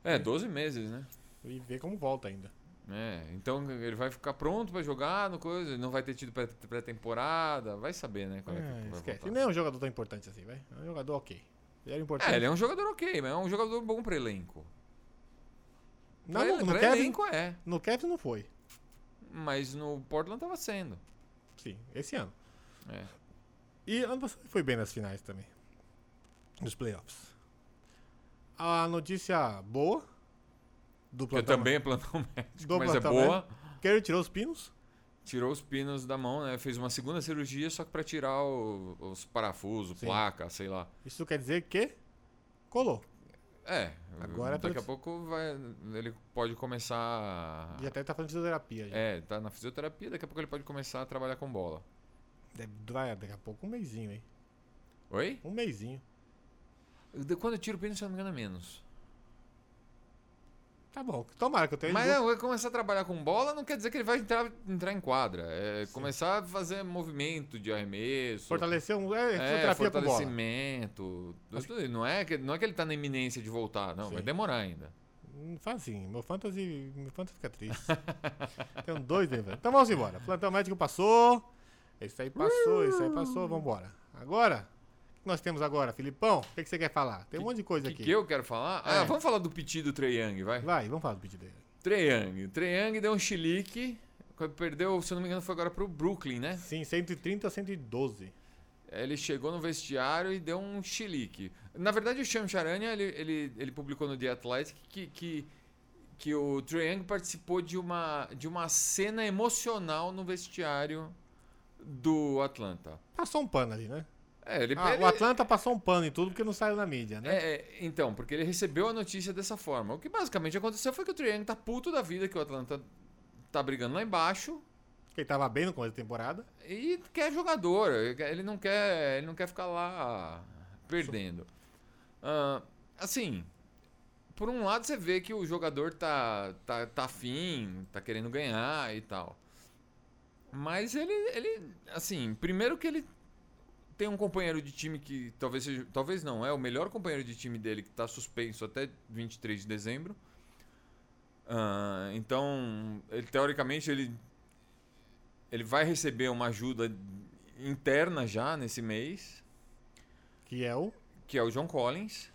S3: É, 12 meses, né?
S2: E ver como volta ainda.
S3: É, então ele vai ficar pronto pra jogar, no coisa, ele não vai ter tido pré- pré-temporada, vai saber, né? Quando é,
S2: Ah,
S3: que vai
S2: esquece.
S3: voltar.
S2: Ele não assim é um jogador tão importante assim, vai. É um jogador ok. Ele era importante.
S3: É, ele é um jogador ok, mas é um jogador bom pro elenco.
S2: Não,
S3: Pra
S2: no,
S3: um ele-
S2: no
S3: pra
S2: Kevin,
S3: elenco é,
S2: no Kevin não foi.
S3: mas no Portland tava sendo.
S2: Sim, esse ano.
S3: É.
S2: E ano passado ele foi bem nas finais também. Nos playoffs. A notícia boa do
S3: Porque
S2: plantão. né?
S3: também é plantão médico,
S2: Do
S3: mas é
S2: plantão
S3: boa.
S2: Kerry tirou os pinos.
S3: Tirou os pinos da mão, né? Fez uma segunda cirurgia só que pra tirar o- os parafusos,
S2: Sim.
S3: placa, sei lá.
S2: Isso quer dizer que colou.
S3: É,
S2: Agora é
S3: daqui a
S2: pra-
S3: pouco vai, ele pode começar.
S2: E até tá falando de fisioterapia. Já.
S3: Ah. É, tá na fisioterapia, daqui a pouco ele pode começar a trabalhar com bola.
S2: Deve durar daqui a pouco um mêsinho aí.
S3: Oi?
S2: Um mêsinho.
S3: De- Quando eu tiro o pino, se eu não me engano, é menos.
S2: Tá bom. Tomara que eu tenha.
S3: Mas é
S2: ido.
S3: não, ele começar a trabalhar com bola não quer dizer que ele vai entrar, entrar em quadra. É começar a fazer movimento de arremesso.
S2: Fortalecer um. É,
S3: É,
S2: fisioterapia com bola.
S3: fortalecimento. tudo. Não é, que, não é que ele tá na iminência de voltar, não. Vai
S2: Sim.
S3: demorar ainda.
S2: Não faz assim, meu fantasy, meu fantasy fica triste. Tenho dois, né, velho? Então vamos embora. Plantão médico passou. Esse aí passou, esse aí passou, vambora. Agora, o que nós temos agora, Filipão? O que, que você quer falar? Tem um monte de
S3: O
S2: coisa
S3: que,
S2: aqui.
S3: que eu quero falar? Ah,
S2: É.
S3: vamos falar do piti do Trae Young, vai.
S2: Vai, vamos falar do pedido dele.
S3: Trae Young. Trae Young deu um chilique. quando Perdeu, se eu não me engano, foi agora pro Brooklyn, né?
S2: Sim, 130 a 112.
S3: Ele chegou no vestiário e deu um chilique. Na verdade, o Sham Charania, ele, ele, ele publicou no The Athletic que, que, que o Trae Young participou de uma, de uma cena emocional no vestiário do Atlanta.
S2: Passou um pano ali, né?
S3: É, ele,
S2: Ah,
S3: ele-
S2: o Atlanta passou um pano em tudo porque não saiu na mídia, né?
S3: É, é, então, porque ele recebeu a notícia dessa forma. O que basicamente aconteceu foi que o Trae Young tá puto da vida, que o Atlanta tá brigando lá embaixo
S2: Porque ele tava bem no começo da temporada.
S3: e quer jogador. Ele não quer, ele não quer ficar lá perdendo. Ah, assim, por um lado você vê que o jogador tá, tá, tá afim, tá querendo ganhar e tal. Mas ele, ele, assim, primeiro que ele tem um companheiro de time que talvez seja, talvez não, é o melhor companheiro de time dele que tá suspenso até 23 de dezembro. Ah, então, ele, teoricamente, ele, ele vai receber uma ajuda interna já nesse mês
S2: Que é o.
S3: que é o John Collins.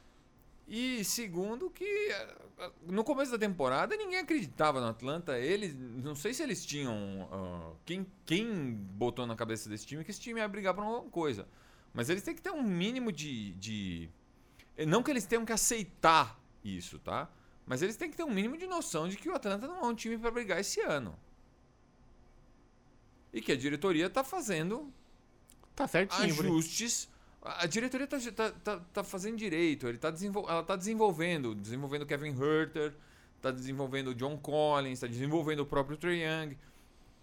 S3: E segundo, que eh, eh, no começo da temporada ninguém acreditava no Atlanta. Eles, não sei se eles tinham. ah, quem, quem botou na cabeça desse time que esse time ia brigar por alguma coisa. Mas eles têm que ter um mínimo de. de eh, não que eles tenham que aceitar isso, tá? Mas eles têm que ter um mínimo de noção de que o Atlanta não é um time para brigar esse ano. E que a diretoria tá fazendo
S2: Tá certinho, por enquanto.
S3: ajustes. A a diretoria tá, tá, tá- tá fazendo direito, ele tá desenvol- ela tá desenvolvendo, desenvolvendo o Kevin Herter, tá desenvolvendo o John Collins, tá desenvolvendo o próprio Trae Young,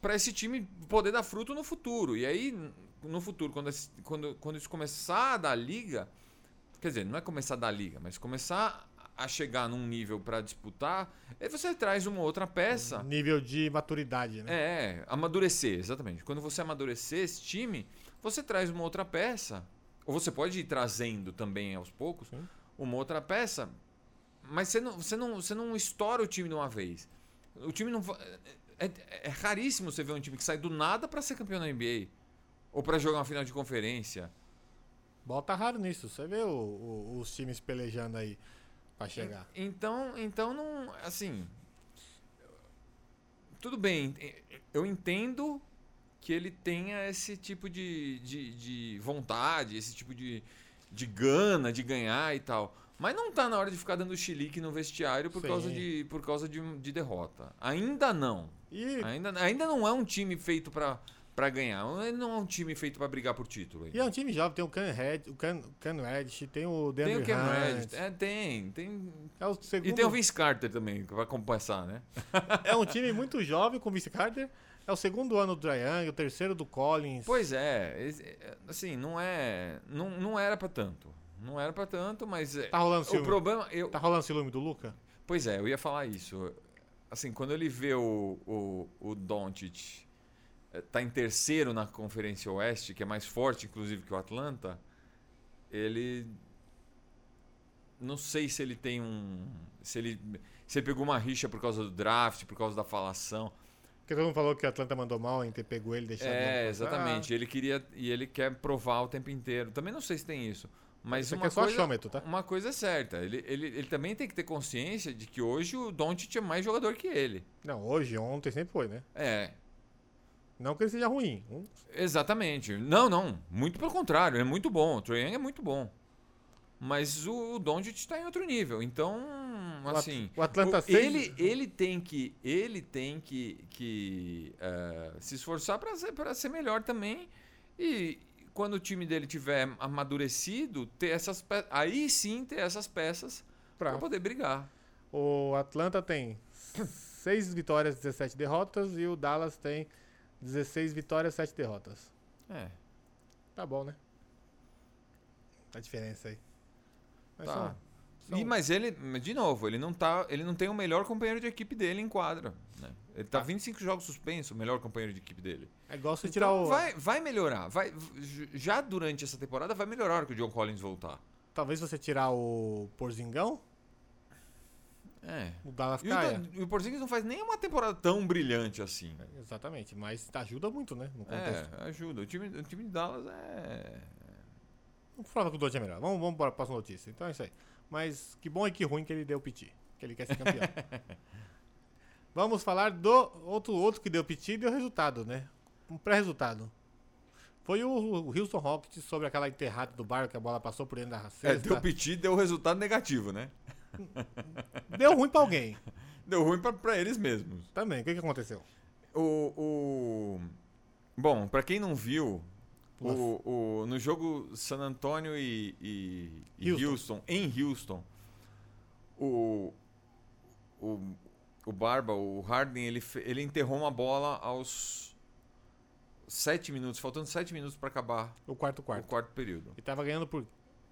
S3: para esse time poder dar fruto no futuro. E aí, n- no futuro, quando, esse- quando, quando isso começar a dar liga, quer dizer, não é começar a dar liga, mas começar a chegar num nível para disputar, aí você traz uma outra peça.
S2: Nível de maturidade, né?
S3: É, amadurecer, exatamente. Quando você amadurecer esse time, você traz uma outra peça. Ou você pode ir trazendo também aos poucos
S2: Sim.
S3: uma outra peça. Mas você não, você, não, você não estoura o time de uma vez. O time não. va- É, é- é raríssimo você ver um time que sai do nada pra ser campeão da NBA. Ou pra jogar uma final de conferência.
S2: Bota raro nisso. Você vê o- o- os times pelejando aí pra chegar.
S3: Então, então não, assim, tudo bem. é, Eu entendo que ele tenha esse tipo de, de, de vontade, esse tipo de, de gana de ganhar e tal. Mas não tá na hora de ficar dando chilique no vestiário por
S2: Sim.
S3: causa, de, por causa de, de derrota. Ainda não.
S2: E,
S3: Ainda, ainda não é um time feito pra, pra ganhar. Ele não é um time feito pra brigar por título. ainda.
S2: e é um time jovem, tem o Can Red, o Can, Can Reddish, tem o
S3: Tem
S2: Deandre
S3: o Cam
S2: Hunt,
S3: Reddish. É, tem, tem.
S2: É o segundo.
S3: E tem o Vince Carter também, que vai compensar, né?
S2: É um time muito jovem com o Vince Carter. É o segundo ano do Dryang, o terceiro do Collins.
S3: Pois é, esse- é, assim, não é, não, não era pra tanto. Não era pra tanto, mas é,
S2: Tá rolando
S3: o
S2: ciúme.
S3: problema, eu,
S2: Tá rolando ciúme do Luca?
S3: pois é, eu ia falar isso. Assim, quando ele vê o o, o Doncic é, tá em terceiro na Conferência Oeste, que é mais forte inclusive que o Atlanta, ele não sei se ele tem um, se ele se ele pegou uma rixa por causa do draft, por causa da falação.
S2: Porque todo mundo falou que o Atlanta mandou mal em ter pego ele e deixado ele
S3: É,
S2: passar.
S3: exatamente. Ele queria e ele quer provar o tempo inteiro. Também não sei se tem isso. Mas
S2: Isso aqui
S3: uma
S2: é só
S3: coisa,
S2: achômetro, tá?
S3: uma coisa é certa. Ele, ele, ele também tem que ter consciência de que hoje o Doncic é mais jogador que ele.
S2: Não, hoje, ontem, sempre foi, né?
S3: É,
S2: Não que ele seja ruim. Um-
S3: exatamente. Não, não. Muito pelo contrário. Ele é muito bom. O Trae Young é muito bom. Mas o, o Doncic está em outro nível. Então,
S2: At-
S3: assim,
S2: o Atlanta seis-
S3: ele, ele tem que ele tem que, que eh, se esforçar para ser, pra ser melhor também e quando o time dele tiver amadurecido ter essas pe- aí sim ter essas peças
S2: Pra-
S3: para poder brigar
S2: O Atlanta tem 6 vitórias, 17 derrotas. E o Dallas tem 16 vitórias, 7 derrotas.
S3: é
S2: Tá bom, né? a diferença aí. Mas
S3: Tá.
S2: são-
S3: E, mas ele, mas de novo, ele não, tá, ele não tem o melhor companheiro de equipe dele em quadra. né? Ele
S2: Ah.
S3: tá 25 jogos suspenso, o melhor companheiro de equipe dele.
S2: é igual se tirar
S3: Então,
S2: o.
S3: vai, vai melhorar. Vai, j- já durante essa temporada vai melhorar a hora que o John Collins voltar.
S2: Talvez você tirar o Porzingão,
S3: É.
S2: o Dallas
S3: E o,
S2: caia. É,
S3: Dan- e o Porzingis não faz nenhuma temporada tão brilhante assim.
S2: Exatamente, mas ajuda muito, né? No contexto.
S3: É, ajuda. O time, o time de Dallas é.
S2: Não falava que o Dodge é melhor. Vamos, vamos para a próxima notícia. Então é isso aí. Mas que bom e que ruim que ele deu piti. Que ele quer ser campeão. vamos falar do outro, outro que deu piti e deu resultado, né? Um pré-resultado. Foi o, o Houston Rockets sobre aquela enterrada do barco que a bola passou por dentro da cesta.
S3: É, deu piti deu resultado negativo, né?
S2: Deu ruim pra alguém
S3: Deu ruim pra, pra eles mesmos.
S2: também. O que, que aconteceu?
S3: O. o- Bom, pra quem não viu, o, o- no jogo San Antonio e, e- e
S2: Houston.
S3: Houston. em Houston, o. O, o Barba, o Harden, ele, fe- ele enterrou uma bola aos sete minutos, faltando sete minutos pra acabar
S2: O quarto
S3: o
S2: quarto.
S3: quarto período.
S2: Ele tava ganhando por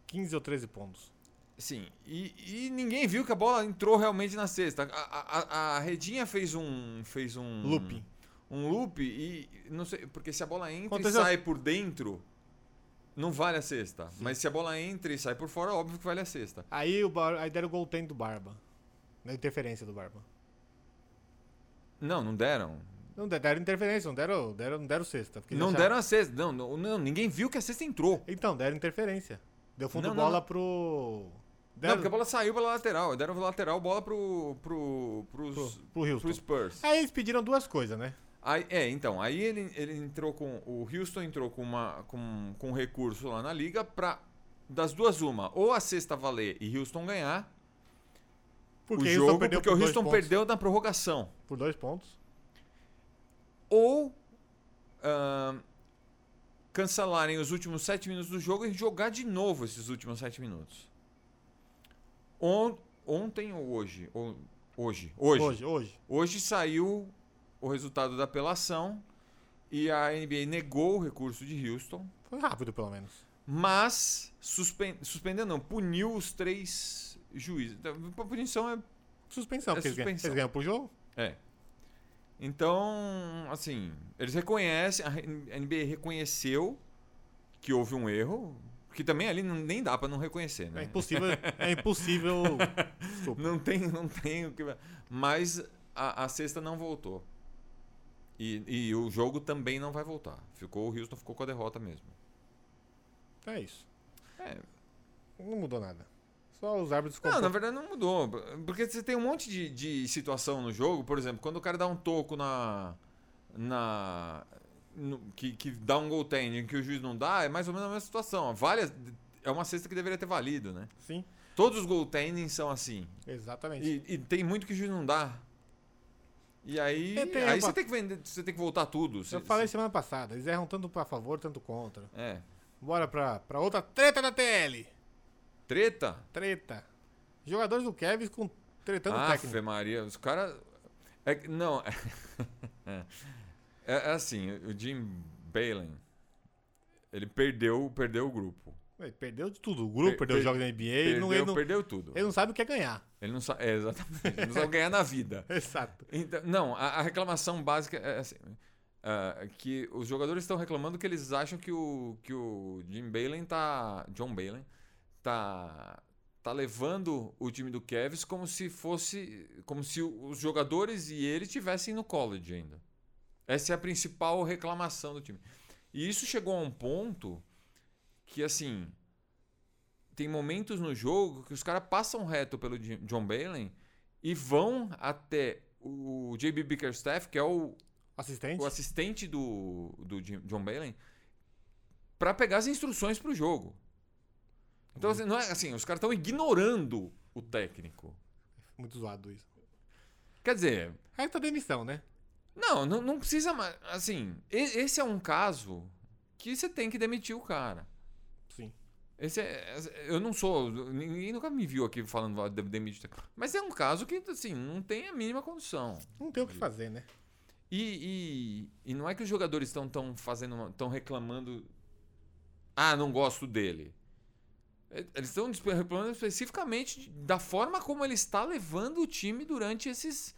S2: 15 ou 13 pontos.
S3: Sim, e, e ninguém viu que a bola entrou realmente na cesta. A, a- a- a Redinha fez um. fez um.
S2: Looping.
S3: Um loop e. Não sei, porque se a bola entra
S2: Aconteceu-
S3: e sai por dentro, não vale a cesta. Mas se a bola entra e sai por fora, óbvio que vale a cesta.
S2: Aí, o bar... Aí deram o gol do Barba. Na interferência do Barba.
S3: Não, não deram.
S2: Não de- deram interferência, não deram, deram, não deram sexta. porque
S3: não
S2: deixaram-
S3: deram a cesta. Não, não, não, ninguém viu que a cesta entrou.
S2: Então, deram interferência. Deu fundo
S3: Não,
S2: de
S3: não,
S2: bola
S3: não.
S2: pro.
S3: Não,
S2: Deram
S3: porque a bola saiu pela lateral. Deram pela lateral bola pro. pro. pros.
S2: pro Houston.
S3: pro Spurs.
S2: Aí eles pediram duas coisas, né?
S3: Aí- é, então, aí ele, ele entrou com. O Houston entrou com, uma, com, com um recurso lá na liga pra. Das duas, uma. Ou a sexta valer e Houston ganhar
S2: Porque
S3: o
S2: Houston
S3: jogo,
S2: perdeu
S3: porque
S2: por
S3: o
S2: dois
S3: Houston
S2: pontos.
S3: perdeu na prorrogação.
S2: Por dois pontos.
S3: Ou. ahn, cancelarem os últimos sete minutos do jogo e jogar de novo esses últimos sete minutos. On- ontem ou hoje? Ou- hoje. Hoje.
S2: Hoje, hoje.
S3: Hoje saiu o resultado da apelação e a NBA negou o recurso de Houston,
S2: Foi rápido, pelo menos.
S3: mas suspen suspendeu não, puniu os três juízes. Então, A punição é.
S2: Suspensão,
S3: É
S2: porque eles ganham-
S3: suspensão.
S2: eles ganham por jogo.
S3: É. Então, assim, eles reconhecem, a NBA reconheceu que houve um erro, que também ali não- nem dá pra não reconhecer,
S2: É
S3: né?
S2: impossível. é impossível. Desculpa.
S3: Não tem, não tem o que. Mas a, a sexta não voltou. E, e o jogo também não vai voltar. Ficou, o Houston ficou com a derrota mesmo.
S2: É isso.
S3: É.
S2: Não mudou nada. Só os árbitros
S3: Não,
S2: compor-
S3: na verdade não mudou. Porque você tem um monte de, de situação no jogo, por exemplo, quando o cara dá um toco na. na. no- que, que dá um goaltending que o juiz não dá, é mais ou menos a mesma situação. Vale, é uma cesta que deveria ter valido, né?
S2: Sim,
S3: Todos os goaltendings são assim.
S2: exatamente.
S3: E, e tem muito que o juiz não dá. E aí,
S2: É, tem,
S3: aí
S2: eu
S3: você
S2: fa-
S3: tem que vender, você tem que voltar tudo. Você-
S2: Eu falei semana passada, eles erram tanto pra favor, tanto contra.
S3: você- É.
S2: Bora pra, pra outra treta da TL.
S3: Treta?
S2: Treta. Jogadores do Kevs com tretando o técnico.
S3: Ave Maria, os caras. É, que- não. é, é assim, o Jim Balen, ele perdeu, perdeu o grupo.
S2: Ele perdeu de tudo. O grupo
S3: Per-
S2: perdeu os
S3: per-
S2: jogos da NBA. ele, não,
S3: perdeu,
S2: ele, não,
S3: perdeu tudo.
S2: ele não sabe o que é ganhar.
S3: Ele não sabe. É, exatamente. Ele não sabe ganhar na vida.
S2: Exato.
S3: Então, não, a, a reclamação básica é assim. ah, que os jogadores estão reclamando que eles acham que o, que o Jim Balen tá. John Balen tá. tá levando o time do Cavs como se fosse. como se o- os jogadores e ele tivessem no college ainda. Essa é a principal reclamação do time. E isso chegou a um ponto que assim. Tem momentos no jogo que os caras passam reto pelo Jim- John Balen e vão até o JB Bickerstaff, que é o,
S2: Assistente?
S3: o assistente do, do Jim- John Balen, para pegar as instruções pro jogo. Então, assim, não é assim, os caras estão ignorando o técnico.
S2: Muito zoado isso.
S3: Quer dizer,
S2: Aí tá demissão, né?
S3: não, não, não precisa mais. Assim, e- esse é um caso que você tem que demitir o cara.
S2: Sim.
S3: Esse é, eu não sou. Ninguém nunca me viu aqui falando "Ah, de- demite o técnico." Mas é um caso que, assim, não tem a mínima condição.
S2: Não tem o que fazer, né?
S3: E, e- e não é que os jogadores estão tão fazendo, estão reclamando. Ah, não gosto dele. Eles estão disp- reclamando especificamente de- da forma como ele está levando o time durante esses.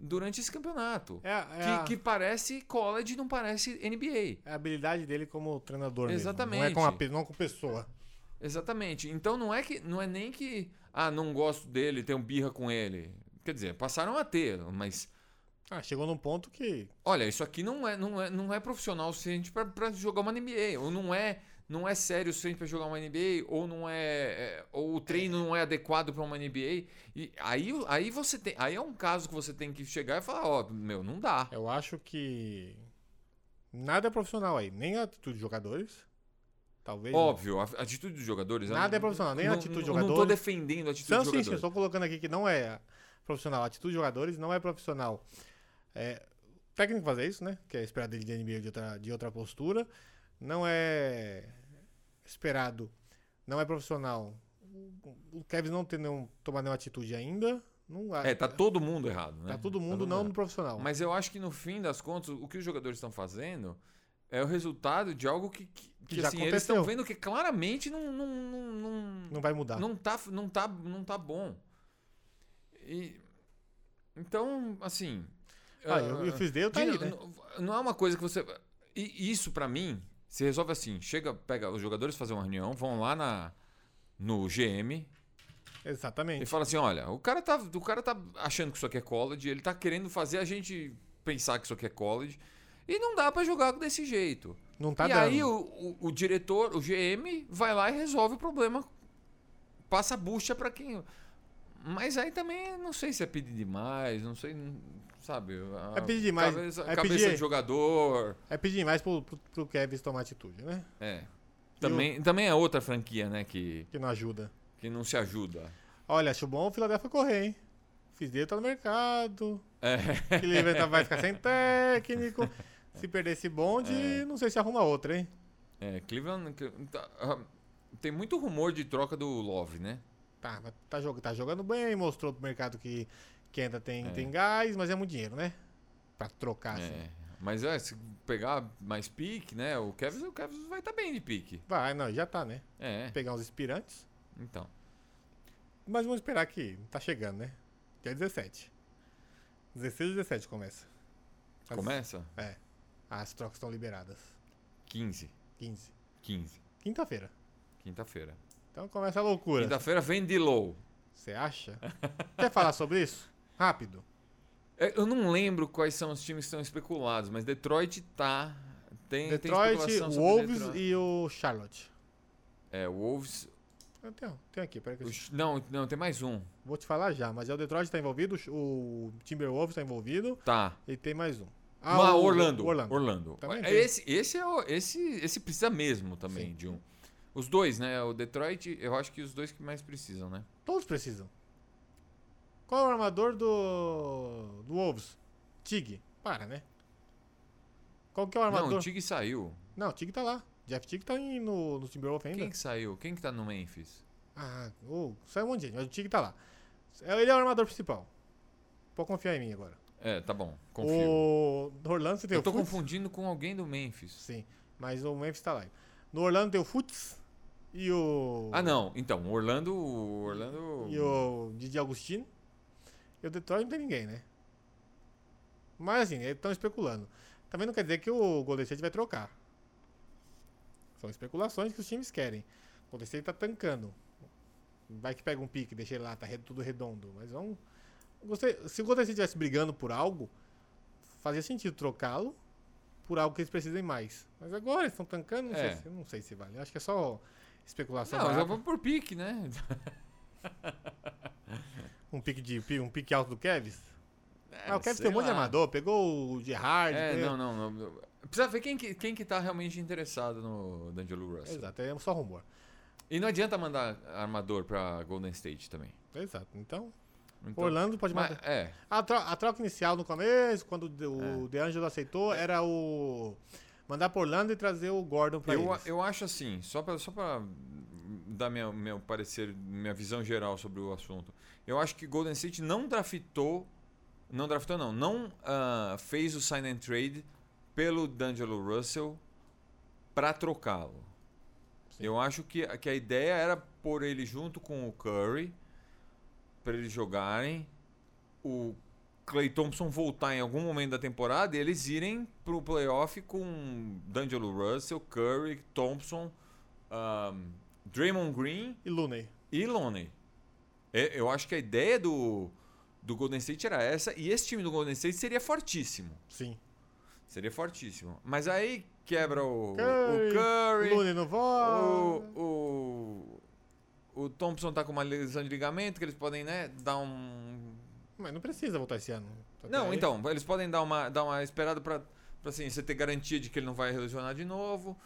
S3: Durante esse campeonato.
S2: É, é
S3: que,
S2: a-
S3: que parece college, não parece NBA.
S2: É a habilidade dele como treinador
S3: Exatamente.
S2: mesmo. Não é com a pe- não com pessoa.
S3: Exatamente. Então não é que não é nem que ah, não gosto dele, tenho birra com ele. Quer dizer, passaram a ter, mas
S2: Ah, chegou num ponto que...
S3: olha, isso aqui não é não é, não é profissional o suficiente pra- pra jogar uma NBA, ou não é não é sério o suficiente pra jogar uma NBA, ou não é, é, ou o treino não é adequado pra uma NBA. E aí aí você tem, aí é um caso que você tem que chegar e falar, ó, meu, não dá.
S2: Eu acho que... Nada é profissional aí. Nem a atitude dos jogadores. Talvez...
S3: Óbvio, a a atitude dos jogadores. eu
S2: É Nada
S3: não-
S2: é profissional, nem a
S3: não-
S2: atitude dos
S3: não- Não tô
S2: jogadores.
S3: defendendo a atitude
S2: Não,
S3: dos
S2: sim, sim.
S3: jogadores.
S2: Estou assim, colocando aqui que não é profissional. A atitude dos jogadores não é profissional. É, o técnico fazer isso, né? Que é esperado dele de NBA de outra, de outra postura. Não é esperado. Não é profissional. O- O Kevin não tem nenhum, tomar nenhuma atitude ainda. Não há-
S3: É, tá todo mundo errado, né?
S2: tá todo mundo não
S3: errado.
S2: no profissional.
S3: Mas eu acho que no fim das contas, o que os jogadores estão fazendo é o resultado de algo que, que, que,
S2: já
S3: assim, eles estão
S2: aconteceu.
S3: vendo que claramente não não, não, não,
S2: não vai mudar.
S3: não tá, não tá, não tá bom. E, então, assim.
S2: Ah, eu, eu fiz dele, tá aí,
S3: de-
S2: né?
S3: não, não é uma coisa que você. E isso, pra mim, se resolve assim: chega, pega os jogadores, fazem uma reunião, vão lá na, no GM, e
S2: Exatamente.
S3: fala assim: olha, o cara, tá, o cara tá achando que isso aqui é college, ele tá querendo fazer a gente pensar que isso aqui é college. E não dá pra jogar desse jeito.
S2: Não tá
S3: e
S2: dando.
S3: aí o, o- o diretor, o GM, vai lá e resolve o problema. Passa a bucha pra quem. Mas aí também não sei se é pedir demais, não sei. Sabe? a
S2: É pedir demais,
S3: Cabeça,
S2: é
S3: cabeça
S2: pedir-
S3: de jogador.
S2: É pedir mais pro, pro, pro Kevin tomar atitude, né?
S3: É. Também, também é outra franquia, né? Que,
S2: Que não ajuda.
S3: que não se ajuda.
S2: Olha, acho bom o Philadelphia correr, hein? Fiz dele, tá no mercado.
S3: É.
S2: Que ele vai- tá- vai ficar sem técnico. Se perder esse bonde, não sei se arruma outra, hein?
S3: É, Cleveland. que- tá, ah, Tem muito rumor de troca do Love, né?
S2: Tá, mas tá, jog- tá jogando bem, mostrou pro mercado que, que ainda tem, tem gás, mas é muito dinheiro, né? Pra trocar, assim.
S3: É. Mas é, se pegar mais pique, né? O Kevs, o Cavs vai estar bem de pique.
S2: Vai, não, já tá, né?
S3: É,
S2: Pegar uns aspirantes.
S3: então.
S2: Mas vamos esperar que tá chegando, né? Dia 17. 16 e 17 começa. As-
S3: Começa?
S2: É. As trocas estão liberadas.
S3: 15.
S2: 15.
S3: 15.
S2: Quinta-feira.
S3: Quinta-feira.
S2: Então começa a loucura.
S3: Quinta-feira vem de low.
S2: Você acha? Quer falar sobre isso? Rápido.
S3: É, Eu não lembro quais são os times que estão especulados, mas Detroit tá. Tem,
S2: Detroit,
S3: tem especulação sobre
S2: Wolves
S3: Detroit.
S2: e o Charlotte.
S3: É, Wolves.
S2: Eu tenho, tenho aqui, peraí que eu
S3: os- Não, não, tem mais um.
S2: vou te falar já. Mas é o Detroit tá envolvido, o Timberwolves tá envolvido
S3: Tá.
S2: e tem mais um.
S3: Mas
S2: o-
S3: Orlando.
S2: Orlando.
S3: Orlando.
S2: Também
S3: É,
S2: tem.
S3: Esse, esse, é o- esse, esse precisa mesmo também de um. Os dois, né? O Detroit, eu acho que os dois que mais precisam, né?
S2: Todos precisam. Qual é o armador do, do Wolves? Tig. Para, né? Qual que é o armador?
S3: Não, o Tig saiu.
S2: Não, Tig tá lá. Jeff Tig tá em- no, no Timberwolves ainda.
S3: Quem que saiu? Quem que tá no Memphis?
S2: Ah, ô, saiu um monte de gente, mas o Tig tá lá. É, Ele é o armador principal. Pode confiar em mim agora.
S3: É, tá bom. Confio.
S2: O no Orlando você tem
S3: Eu tô
S2: o Futs?
S3: confundindo com alguém do Memphis.
S2: Sim, mas o Memphis tá lá. No Orlando tem o Futs e o.
S3: Ah, não. Então, o Orlando. o Orlando.
S2: E o Didi Agostino. E o Detroit não tem ninguém, né? Mas assim, eles estão especulando. Também não quer dizer que o Golden State vai trocar. São especulações que os times querem. O Golden State tá tancando. Vai que pega um pique, deixa ele lá, tá re- tudo redondo. Mas vamos. Gostei- Se o Golden State estivesse brigando por algo, fazia sentido trocá-lo por algo que eles precisem mais. Mas agora eles estão tancando, não,
S3: É.
S2: sei, se- não sei se vale. Acho que é só especulação.
S3: Não, já
S2: barata.
S3: vamos por pique, né?
S2: Um pique, de, um pique alto do Kevs? ah, o Kevs
S3: É, sei
S2: tem um monte de
S3: lá.
S2: armador, pegou o Gerrard.
S3: É,
S2: pegou-
S3: não, não, não. Precisa ver quem que, quem que tá realmente interessado no D'Angelo Russell.
S2: Exato, é só rumor. É.
S3: E não adianta mandar armador pra Golden State também.
S2: Exato, então.
S3: Então-
S2: Orlando pode
S3: Mas,
S2: mandar.
S3: é,
S2: A, tro- a troca inicial no começo, quando o De- o DeAngelo aceitou, era o. Mandar pra Orlando e trazer o Gordon pra
S3: eu,
S2: eles.
S3: eu acho assim, só pra, só pra dar minha, meu parecer, minha visão geral sobre o assunto. Eu acho que Golden State não draftou, não draftou não, não ah, fez o sign and trade pelo D'Angelo Russell pra trocá-lo. Eu acho que, que a ideia era pôr ele junto com o Curry para eles jogarem. O Clay Thompson voltar em algum momento da temporada e eles irem pro playoff com D'Angelo Russell, Curry, Thompson, ahm, Draymond Green
S2: E Looney.
S3: e Lonnie. É, Eu acho que a ideia do, do Golden State era essa, e esse time do Golden State seria fortíssimo.
S2: Sim.
S3: Seria fortíssimo. Mas aí quebra o o
S2: Curry, tá.
S3: Curry,
S2: Looney não volta.
S3: o, o, o Thompson tá com uma lesão de ligamento que eles podem né, dar um.
S2: Mas não precisa voltar esse ano. Tá Até
S3: Não,
S2: aí.
S3: então, eles podem dar uma, dar uma esperada pra, pra assim, você ter garantia de que ele não vai lesionar de novo.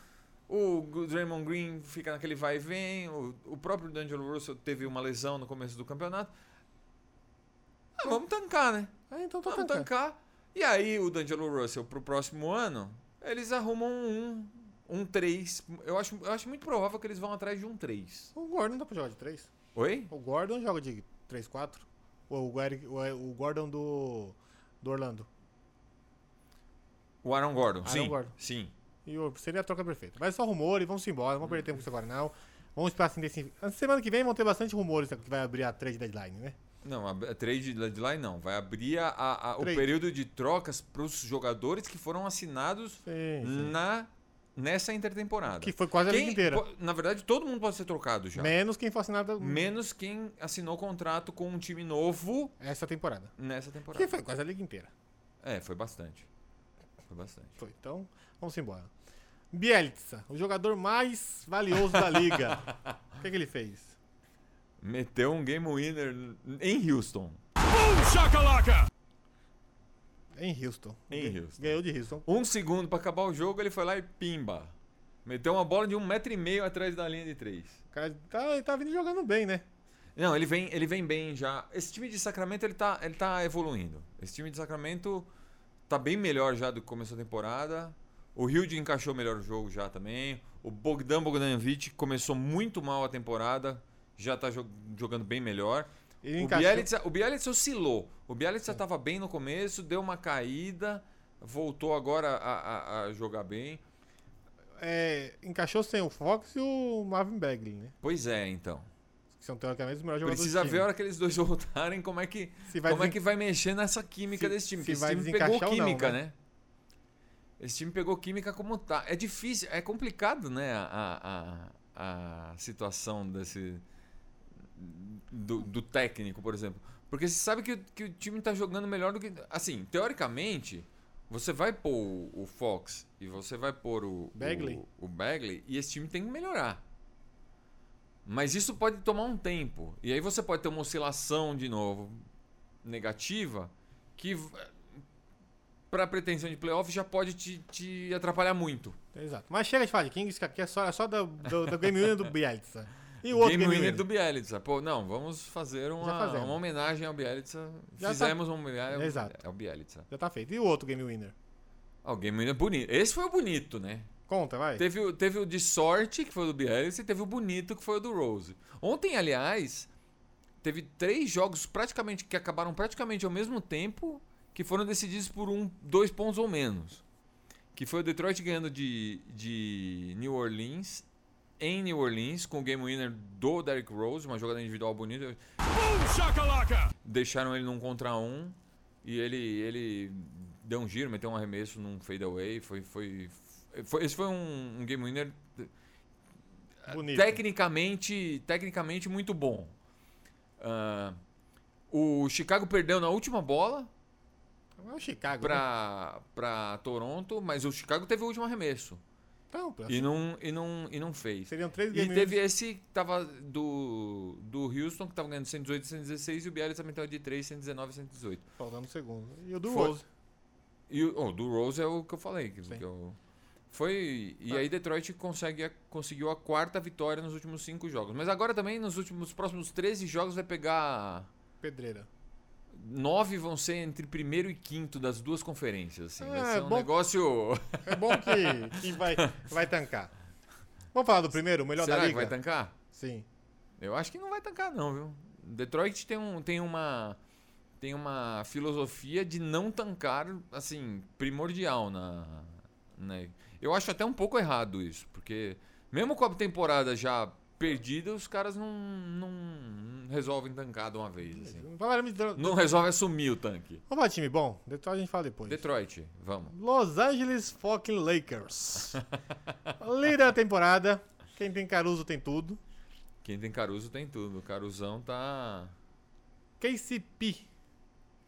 S3: O G- Draymond Green fica naquele vai e vem. O, o próprio D'Angelo Russell teve uma lesão no começo do campeonato. Ah, vamos tancar, né?
S2: Ah, então tô
S3: Vamos
S2: tancando.
S3: tancar. E aí o D'Angelo Russell pro próximo ano, eles arrumam um um 3. Eu acho, eu acho muito provável que eles vão atrás de um 3.
S2: O Gordon dá pra jogar de 3.
S3: Oi?
S2: O Gordon joga de 3, 4. O, Eric- o, o Gordon do, do Orlando.
S3: O Aaron Gordon.
S2: Aaron
S3: sim.
S2: Gordon.
S3: Sim.
S2: E o- seria a troca perfeita. Mas é só rumores, vamos embora, não vamos perder tempo com isso agora não. Vamos esperar assim desse. Semana que vem vão ter bastante rumores que vai abrir a trade deadline, né?
S3: Não, a a trade deadline não. Vai abrir a- a- a- o
S2: Trade.
S3: período de trocas para os jogadores que foram assinados
S2: Sim, sim.
S3: na nessa intertemporada.
S2: Que foi quase a
S3: Quem-
S2: liga inteira.
S3: po- Na verdade, todo mundo pode ser trocado já.
S2: Menos quem for assinado
S3: Menos quem assinou contrato com um time novo
S2: essa temporada.
S3: nessa
S2: Que
S3: temporada.
S2: foi quase a liga inteira.
S3: É, foi bastante. Foi bastante.
S2: Foi. Então, vamos embora. Bielitsa, o jogador mais valioso da liga. O que, que ele fez?
S3: Meteu um game winner em Houston.
S2: Em Houston.
S3: Em
S2: Gan-
S3: Houston.
S2: Ganhou de Houston.
S3: Um segundo pra acabar o jogo, ele foi lá e pimba. Meteu uma bola de um metro e meio atrás da linha de três.
S2: O cara tá, ele tá vindo jogando bem, né?
S3: Não, ele vem, ele vem bem já. Esse time de Sacramento ele tá, ele tá evoluindo. Esse time de Sacramento tá bem melhor já do que começou a temporada. O Hilde encaixou melhor o jogo já também. O Bogdan Bogdanovic começou muito mal a temporada, já tá jo- jogando bem melhor.
S2: Ele
S3: o,
S2: encaixou.
S3: Bielitsa, o Bielitsa oscilou. O Bielitsa tava bem no começo, deu uma caída, voltou agora a, a- a jogar bem.
S2: É, encaixou sem o Fox e o Marvin Bagley, né?
S3: Pois é, então.
S2: Que são teoricamente os melhores jogadores.
S3: Precisa
S2: do
S3: ver
S2: time.
S3: a hora que eles dois voltarem como é que
S2: Se vai
S3: como é
S2: desen-
S3: que vai mexer nessa química
S2: se-
S3: desse time.
S2: se
S3: Porque esse
S2: vai
S3: time pegou
S2: desencaixar ou não,
S3: química,
S2: né?
S3: né? Esse time pegou química como tá. É difícil, é complicado, né? A, a, a- a situação desse do, do técnico, por exemplo. Porque você sabe que, o- que o time tá jogando melhor do que. Assim, teoricamente, você vai pôr o, o Fox e você vai pôr o
S2: Bagley.
S3: o, o Bagley e esse time tem que melhorar. Mas isso pode tomar um tempo. E aí você pode ter uma oscilação de novo negativa que para pretensão de playoff já pode te, te atrapalhar muito.
S2: Exato. Mas chega de falar de Kings, que aqui é só, é só da- do, do Game Winner do Bielitsa. E o outro
S3: Game Winner do
S2: do
S3: Bielitsa. Pô, não, vamos fazer uma,
S2: fazemos.
S3: uma homenagem ao Bielitsa.
S2: Já tá-
S3: Fizemos uma homenagem
S2: Exato.
S3: ao É Bielitsa.
S2: Já tá feito. E o outro Game Winner?
S3: Ah, o Game Winner bonito. Esse foi o bonito, né?
S2: Conta, vai.
S3: Teve, o- teve o de sorte, que foi o do Bielitsa, e teve o bonito, que foi o do Rose. Ontem, aliás, teve três jogos praticamente que acabaram praticamente ao mesmo tempo, que foram decididos por um, dois pontos ou menos. Que foi o Detroit ganhando de, de New Orleans, em New Orleans, com o game winner do Derrick Rose, uma jogada individual bonita. Deixaram ele num contra um, e ele, ele deu um giro, meteu um arremesso num fadeaway. Foi, foi, foi, esse foi um, um game winner
S2: Bonito.
S3: tecnicamente, tecnicamente muito bom. Ah, o Chicago perdeu na última bola
S2: É o Chicago. né?
S3: para para Toronto, mas o Chicago teve o último arremesso
S2: Então, pô,
S3: e não e não e não fez.
S2: seriam três
S3: E
S2: Game
S3: teve
S2: Winners.
S3: esse que tava do, do Houston, que tava ganhando 118, 116, e o Bielitsa meteu de 3, 119, 118.
S2: Faltando um segundo. E o do
S3: Foi.
S2: Rose.
S3: E o oh, do Rose é o que eu falei. Que,
S2: Sim. Tá.
S3: que eu- foi. E aí Detroit consegue a- conseguiu a quarta vitória nos últimos cinco jogos. Mas agora também, nos últimos nos próximos 13 jogos, vai pegar.
S2: Pedreira.
S3: Nove vão ser entre primeiro e quinto das duas conferências. Assim.
S2: Ah,
S3: vai ser um
S2: bom-
S3: negócio.
S2: É bom que, que vai, vai tancar. Vamos falar do primeiro, o melhor
S3: Será
S2: da
S3: que
S2: liga?
S3: vai tancar?
S2: Sim.
S3: Eu acho que não vai tancar, não, viu? Detroit tem, um, tem uma. Tem uma filosofia de não tancar, né? assim, primordial na, na. Eu acho até um pouco errado isso, porque Mesmo com a temporada já perdida, os caras não, não resolvem tancar de uma vez. assim.
S2: Falaremos de Dro-
S3: Não resolve assumir o tanque.
S2: Vamos para time bom? Detroit a gente fala depois.
S3: Detroit, vamos.
S2: Los Angeles fucking Lakers. Líder da temporada. Quem tem Caruso tem tudo.
S3: Quem tem Caruso tem tudo. O Caruzão tá.
S2: KCP.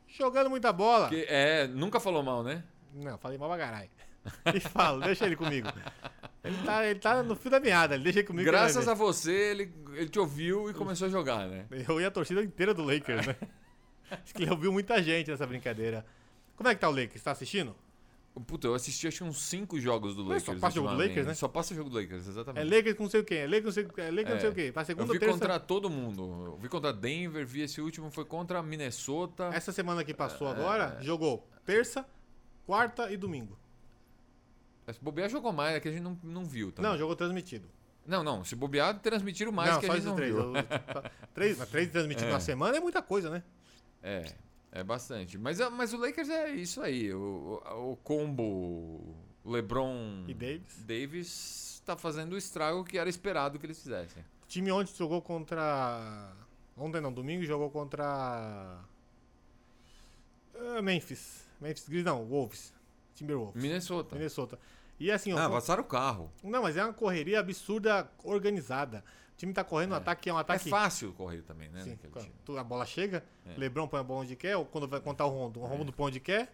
S2: Jogando muita bola.
S3: Que- é, nunca falou mal, né?
S2: Não, falei mal pra caralho. E falo, deixa ele comigo. Ele tá, ele tá no fio da meada, ele deixa ele comigo. que
S3: Graças a
S2: vai
S3: você, ele, ele te ouviu e começou a jogar, né?
S2: ver. Eu e a torcida inteira do Lakers, né? Acho que ele ouviu muita gente nessa brincadeira. Como é que tá o Lakers? Tá assistindo?
S3: Puta, eu assisti acho que uns 5 jogos do
S2: Mas
S3: Lakers.
S2: é só passa jogo do
S3: ultimamente.
S2: Lakers, né?
S3: Só passa jogo do Lakers,
S2: É
S3: exatamente.
S2: Lakers com não sei o quê, é Lakers, com não sei, é Lakers com não sei o quê. Pra
S3: Eu
S2: segunda,
S3: vi
S2: terça...
S3: contra todo mundo. Eu vi contra Denver, vi esse último, foi contra Minnesota.
S2: Essa semana que
S3: É,
S2: passou agora, jogou terça, quarta e domingo.
S3: Se bobear jogou mais, é que a gente não, não viu também.
S2: Não, jogou transmitido.
S3: Não, não, se bobear transmitiram mais
S2: não,
S3: que a
S2: só
S3: gente
S2: esses
S3: não
S2: três.
S3: viu.
S2: Eu- só- três, mas três transmitidos na semana é muita coisa, né?
S3: É, é bastante. Mas, é- mas o Lakers é isso aí. O, o- o combo LeBron
S2: E Davis.
S3: Davis tá fazendo o estrago que era esperado que eles fizessem.
S2: O time ontem jogou contra. Ontem não, domingo jogou contra. ah, Memphis. Memphis Grizzlies, não, Wolves. Timberwolves.
S3: Minnesota.
S2: Minnesota. E assim, ó,
S3: Ah,
S2: foi-
S3: passaram o carro.
S2: não, mas é uma correria absurda organizada. O time tá correndo, um ataque é um
S3: É
S2: ataque.
S3: fácil correr também, né?
S2: Sim,
S3: naquele
S2: claro.
S3: time. É.
S2: Tu- a bola chega, Lebron põe a bola onde quer, ou quando vai contar o rondo, o rondo põe onde quer.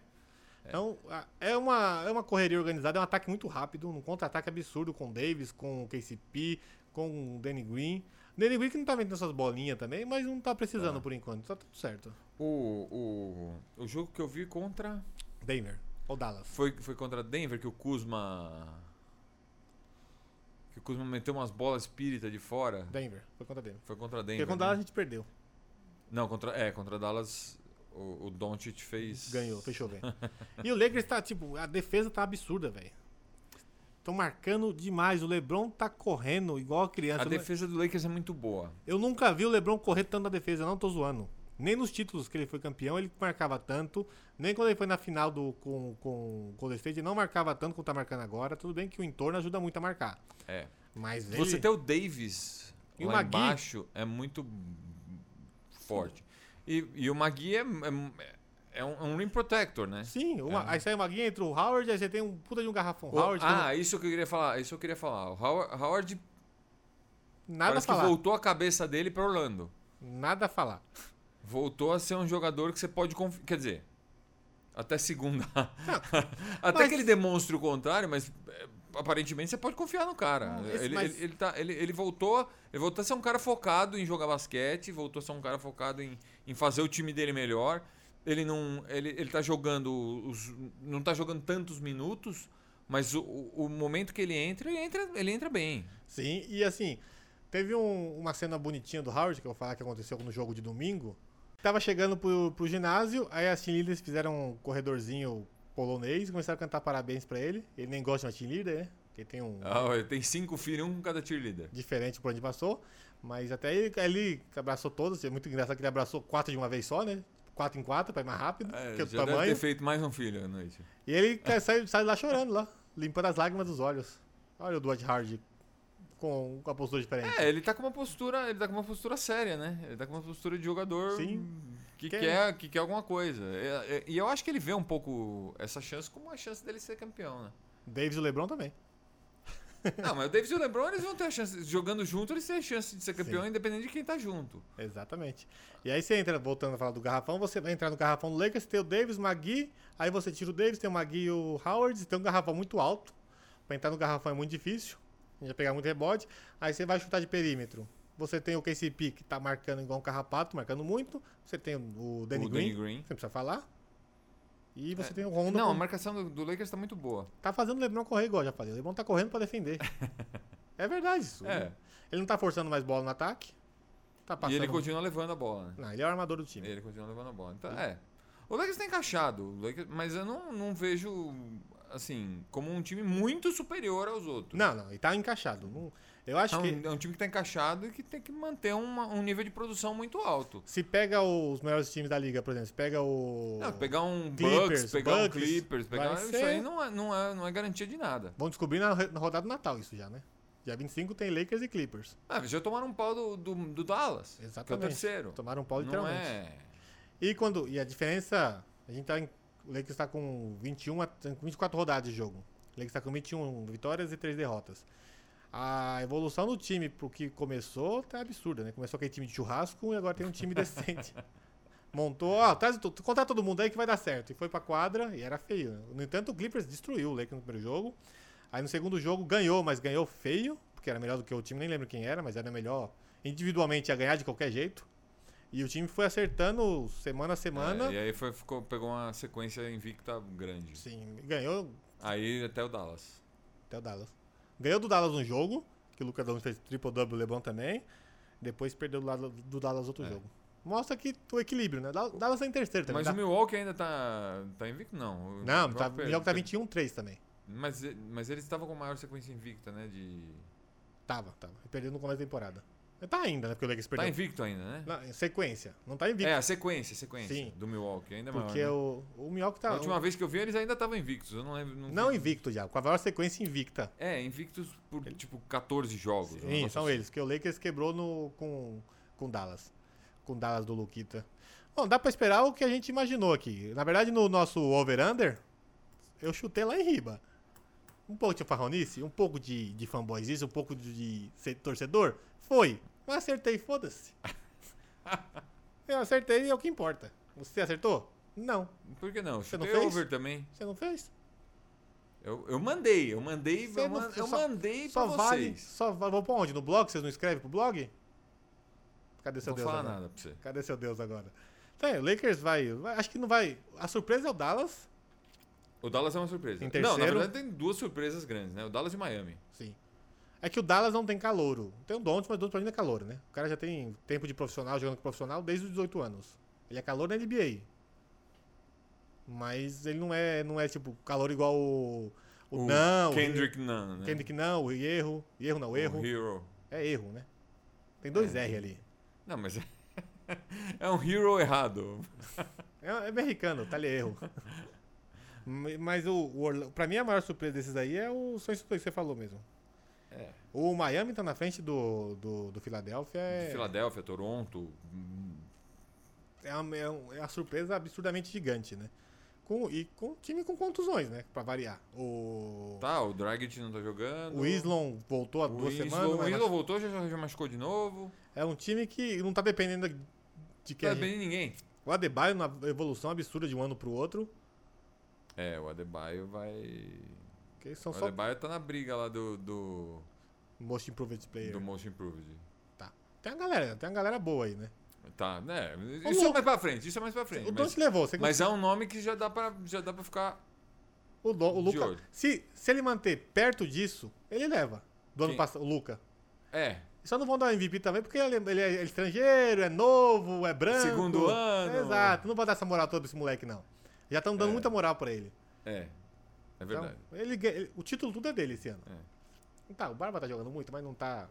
S2: Então, a- é uma, é uma correria organizada, é um ataque muito rápido, um contra-ataque absurdo com o Davis, com o KCP, com o Danny Green. O Danny Green que não tá vendendo essas bolinhas também, mas não tá precisando
S3: Ah.
S2: por enquanto, tá tudo certo.
S3: O, o, o jogo que eu vi contra.
S2: Denver, ou Dallas.
S3: Foi, foi contra Denver que o Kuzma. Que o Kuzma meteu umas bolas espírita de fora.
S2: Denver, foi contra Denver.
S3: Foi contra Denver.
S2: Porque É contra
S3: né?
S2: Dallas a gente perdeu,
S3: Não, contra, é, contra Dallas o, o Doncic fez.
S2: ganhou, fechou bem. e o Lakers tá, tipo, a defesa tá absurda, velho. Estão marcando demais, o Lebron tá correndo igual a criança.
S3: A
S2: Não-
S3: defesa do Lakers é muito boa.
S2: Eu nunca vi o LeBron correr tanto na defesa, não tô zoando. Nem nos títulos que ele foi campeão ele marcava tanto. Nem quando ele foi na final do, com, com o Golden State ele não marcava tanto quanto tá marcando agora. Tudo bem que o entorno ajuda muito a marcar.
S3: É.
S2: Mas ele...
S3: Você ter o Davis
S2: E o
S3: lá
S2: Magui?
S3: embaixo é muito forte. E, e o Magui é, é, é um, é um rim protector, né?
S2: Sim, uma- aí sai uma guia, entra o Howard, aí você tem um puta de um garrafão.
S3: O-
S2: Howard,
S3: ah, isso que eu queria falar. Isso eu queria falar. O Howard, Howard
S2: tem um- nada a
S3: parece
S2: falar.
S3: que voltou a cabeça dele para Orlando.
S2: Nada a falar.
S3: Voltou a ser um jogador que você pode confiar. Quer dizer, até segunda. até
S2: mas-
S3: que ele demonstre o contrário, mas é, aparentemente você pode confiar no cara.
S2: esse-
S3: ele,
S2: mas-
S3: ele, ele tá, ele, ele voltou, ele voltou a ser um cara focado em jogar basquete, voltou a ser um cara focado em, em fazer o time dele melhor. Ele não. Ele, ele tá jogando. Os, não tá jogando tantos minutos. Mas o, o o momento que ele entra, ele entra, ele entra bem.
S2: Sim, e assim, teve um- uma cena bonitinha do Howard, que eu vou falar que aconteceu no jogo de domingo. Tava chegando pro, pro ginásio, aí as cheerleaders fizeram um corredorzinho polonês, começaram a cantar parabéns pra ele. Ele nem gosta de uma cheerleader, né? Porque tem um
S3: Ah, ele tem cinco filhos, um com cada cheerleader.
S2: diferente por onde passou. Mas até ele, ele abraçou todos, é muito engraçado que ele abraçou quatro de uma vez só, né? Quatro em quatro, pra ir mais rápido,
S3: É,
S2: que é o
S3: já deve ter
S2: tamanho.
S3: feito mais um filho à noite.
S2: E ele cai- sai, sai lá chorando, lá, limpando as lágrimas dos olhos. Olha o Dwight Howard com, com a postura diferente.
S3: É, ele tá com uma postura, ele tá com uma postura séria, né? Ele tá com uma postura de jogador
S2: Sim. é
S3: que
S2: Quer-
S3: quer, que quer alguma coisa. É, é, E eu acho que ele vê um pouco essa chance como a chance dele ser campeão, né?
S2: Davis e o Lebron também.
S3: Não, mas o Davis e o LeBron eles vão ter a chance jogando junto, eles têm a chance de ser campeão independente de quem tá junto.
S2: Exatamente. E aí você entra, voltando a falar do garrafão, você vai entrar no garrafão do Lakers, tem o Davis, Magui, aí você tira o Davis, tem o Magui e o Howard, tem um garrafão muito alto. Pra entrar no garrafão é muito difícil, a gente vai pegar muito rebote, aí você vai chutar de perímetro. Você tem o KCP que tá marcando igual um carrapato, marcando muito. Você tem o Danny
S3: O
S2: Green,
S3: Danny Green. É.
S2: você não precisa falar. E você tem o Rondo.
S3: Não, a
S2: com-
S3: marcação do, do Lakers tá muito boa.
S2: Tá fazendo o Lebron correr igual eu já falei. O Lebron tá correndo pra defender. é verdade isso.
S3: É.
S2: Ele não tá forçando mais bola no ataque. Tá passando.
S3: E ele continua levando a bola, né?
S2: Não, ele é o armador do time.
S3: Ele continua levando a bola. Então, é. O Lakers tá encaixado, o Lakers- mas eu não, não vejo, assim, como um time muito superior aos outros.
S2: Não, não, ele tá encaixado. Não- Eu acho
S3: É um,
S2: que
S3: é um time que tá encaixado e que tem que manter uma- um nível de produção muito alto.
S2: se pega os melhores times da liga, por exemplo, se pega o.
S3: Não, pegar um
S2: Clippers,
S3: Bucks, pegar um
S2: Bucks,
S3: Clippers, pegar
S2: vai
S3: isso
S2: ser-
S3: aí não é, não, é, não é garantia de nada.
S2: Vão descobrir na, re- na rodada do Natal isso já, né? Dia 25 tem Lakers e Clippers.
S3: Ah, já tomaram um pau do, do, do Dallas. Que é o
S2: Exatamente.
S3: terceiro.
S2: Tomaram um pau
S3: Não
S2: literalmente.
S3: é.
S2: E quando. E a diferença. A gente tá em. O Lakers tá com 21, a- tá com 24 rodadas de jogo. O Lakers tá com 21 vitórias e 3 derrotas. A evolução do time pro que começou tá absurda, né? Começou aquele time de churrasco e agora tem um time decente. Montou, ó, traz, tu- tu contar todo mundo aí que vai dar certo. E foi pra quadra e era feio. né? No entanto, o Clippers destruiu o Lakers no primeiro jogo. Aí no segundo jogo ganhou, mas ganhou feio, porque era melhor do que o time, nem lembro quem era, mas era melhor individualmente a ganhar de qualquer jeito. E o time foi acertando semana a semana.
S3: É, e aí foi, ficou, pegou uma sequência invicta grande.
S2: Sim, ganhou
S3: Aí até o Dallas.
S2: até o Dallas. Ganhou do Dallas um jogo, que o Lucas Dallas fez triple-double, o LeBron também. Depois perdeu do Dallas, do Dallas
S3: É.
S2: outro jogo. Mostra que o equilíbrio, né? Dal- Dallas tá em terceiro também.
S3: Mas
S2: dá-
S3: o Milwaukee ainda tá, tá invicto? Não. O
S2: Não, tá,
S3: Milwaukee
S2: o jogo tá
S3: perdeu.
S2: 21-3 também.
S3: Mas, e- mas eles estavam com a maior sequência invicta, né? De...
S2: Tava, tava. Perdeu no começo da temporada. Tá ainda, né? Porque o Lakers
S3: Tá
S2: perdeu.
S3: invicto ainda, né?
S2: Não, em sequência. Não tá invicto.
S3: É, a sequência, a sequência
S2: Sim.
S3: do Milwaukee ainda maior.
S2: porque
S3: né?
S2: o, o Milwaukee tá.
S3: A última né? vez que eu vi eles ainda estavam invictos, eu não lembro.
S2: Não
S3: vi.
S2: invicto já, com a maior sequência invicta.
S3: É, invictos por tipo 14 jogos. um
S2: Sim,
S3: negócio
S2: são
S3: assim.
S2: eles, porque o Lakers quebrou no, com, com Dallas. Com Dallas do Luquita. Bom, dá pra esperar o que a gente imaginou aqui. Na verdade, no nosso over-under, eu chutei lá em riba. Um pouco de farronice, um pouco de, de fanboys isso, um pouco de, de ser torcedor. Foi. Mas acertei, foda-se. eu acertei e é o que importa. Você acertou? Não.
S3: Por que não? Eu
S2: Você não
S3: Chutei
S2: fez?
S3: over também.
S2: Você não fez?
S3: Eu, eu mandei, eu mandei,
S2: Você
S3: eu,
S2: não-
S3: man- eu
S2: só-
S3: mandei
S2: Só
S3: pra
S2: vale.
S3: vocês.
S2: Só vale. Vou pra onde? No blog? Vocês não escrevem pro blog? Cadê seu
S3: Não vou
S2: Deus?
S3: falar
S2: agora?
S3: nada pra você.
S2: Cadê seu Deus agora? Tá, aí, o Lakers vai, vai- Acho que não vai. A surpresa é o Dallas.
S3: O Dallas é uma surpresa.
S2: Em
S3: Não, na
S2: terceiro.
S3: verdade tem duas surpresas grandes, né? O Dallas e Miami.
S2: Sim. É que o Dallas não tem calouro. Tem o Don't, mas o Don't pra mim não é calouro, né? O cara já tem tempo de profissional, jogando com profissional desde os 18 anos. Ele é calor na NBA. Mas ele não é, não é tipo, calor igual o. O, não.
S3: Kendrick Nunn,
S2: O,
S3: né?
S2: Kendrick não, o erro. Erro não, o
S3: o
S2: erro.
S3: Hero.
S2: É erro, né? Tem dois R ali.
S3: Não, mas é um hero errado.
S2: É, é americano, tá ali erro. M- Mas o, o Orla- pra mim a maior surpresa desses aí é o são esses dois que você falou mesmo.
S3: É.
S2: O Miami tá na frente do, do, do Filadélfia. É,
S3: Filadélfia, Toronto. hum,
S2: é, uma, é um- é uma surpresa absurdamente gigante, né? Com, e com um time com contusões, né? Pra variar. O,
S3: Tá, o Dragic não tá jogando.
S2: o Islon voltou há
S3: O
S2: duas
S3: Islo-
S2: semanas.
S3: O
S2: mas-
S3: Islo voltou, já, já machucou de novo.
S2: É um time que não tá dependendo de
S3: Não
S2: quem.
S3: tá bem ninguém.
S2: O Adebayo na evolução absurda de um ano pro outro.
S3: É, o Adebayo vai.
S2: Que são
S3: o
S2: só
S3: Adebayo tá na briga lá do. do,
S2: most improved player.
S3: do Most Improved.
S2: Tá. Tem uma galera, tem uma galera boa aí, né?
S3: Tá, né?
S2: Ô,
S3: Isso é
S2: louco.
S3: mais pra frente, isso é mais pra frente.
S2: O
S3: mas,
S2: Don't levou, você
S3: mas é um nome que já dá pra, já dá pra ficar.
S2: O, Don- o
S3: De
S2: Luca.
S3: olho.
S2: Se, se ele manter perto disso, ele leva. Do ano
S3: Quem?
S2: passado, o Luca.
S3: É,
S2: Só não vão dar MVP também, porque ele, ele é estrangeiro, é novo, é branco.
S3: Segundo ano.
S2: Exato. Não vão dar essa moral toda pra esse moleque, não. Já estão dando
S3: É.
S2: muita moral pra ele.
S3: é. É
S2: Então,
S3: verdade. É.
S2: ele, ganha- ele- o título tudo é dele esse ano. Tá, o Barba tá jogando muito, mas não tá.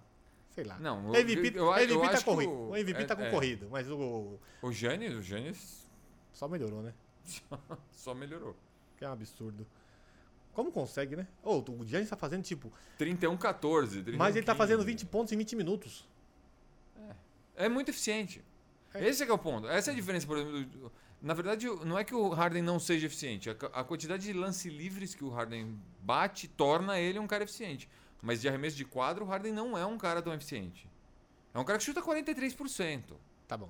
S2: Sei lá.
S3: Não, eu-
S2: MVP,
S3: eu- eu
S2: MVP tá
S3: acho que
S2: corrido.
S3: o-
S2: O MVP tá
S3: é- é.
S2: concorrido, mas o.
S3: O Giannis, o Giannis
S2: Só melhorou, né?
S3: só melhorou.
S2: Que é um absurdo. Como consegue, né? Ô, o Giannis tá fazendo tipo.
S3: 31 14, 31
S2: Mas ele tá fazendo
S3: 15.
S2: 20 pontos em 20 minutos.
S3: É muito eficiente. Esse é que é o ponto. Essa é a diferença, por exemplo. do- do- Na verdade, o- não é que o Harden não seja eficiente. A ca- a quantidade de lances livres que o Harden bate torna ele um cara eficiente. Mas de arremesso de quadro, o Harden não é um cara tão eficiente. É um cara que chuta 43%.
S2: Tá bom.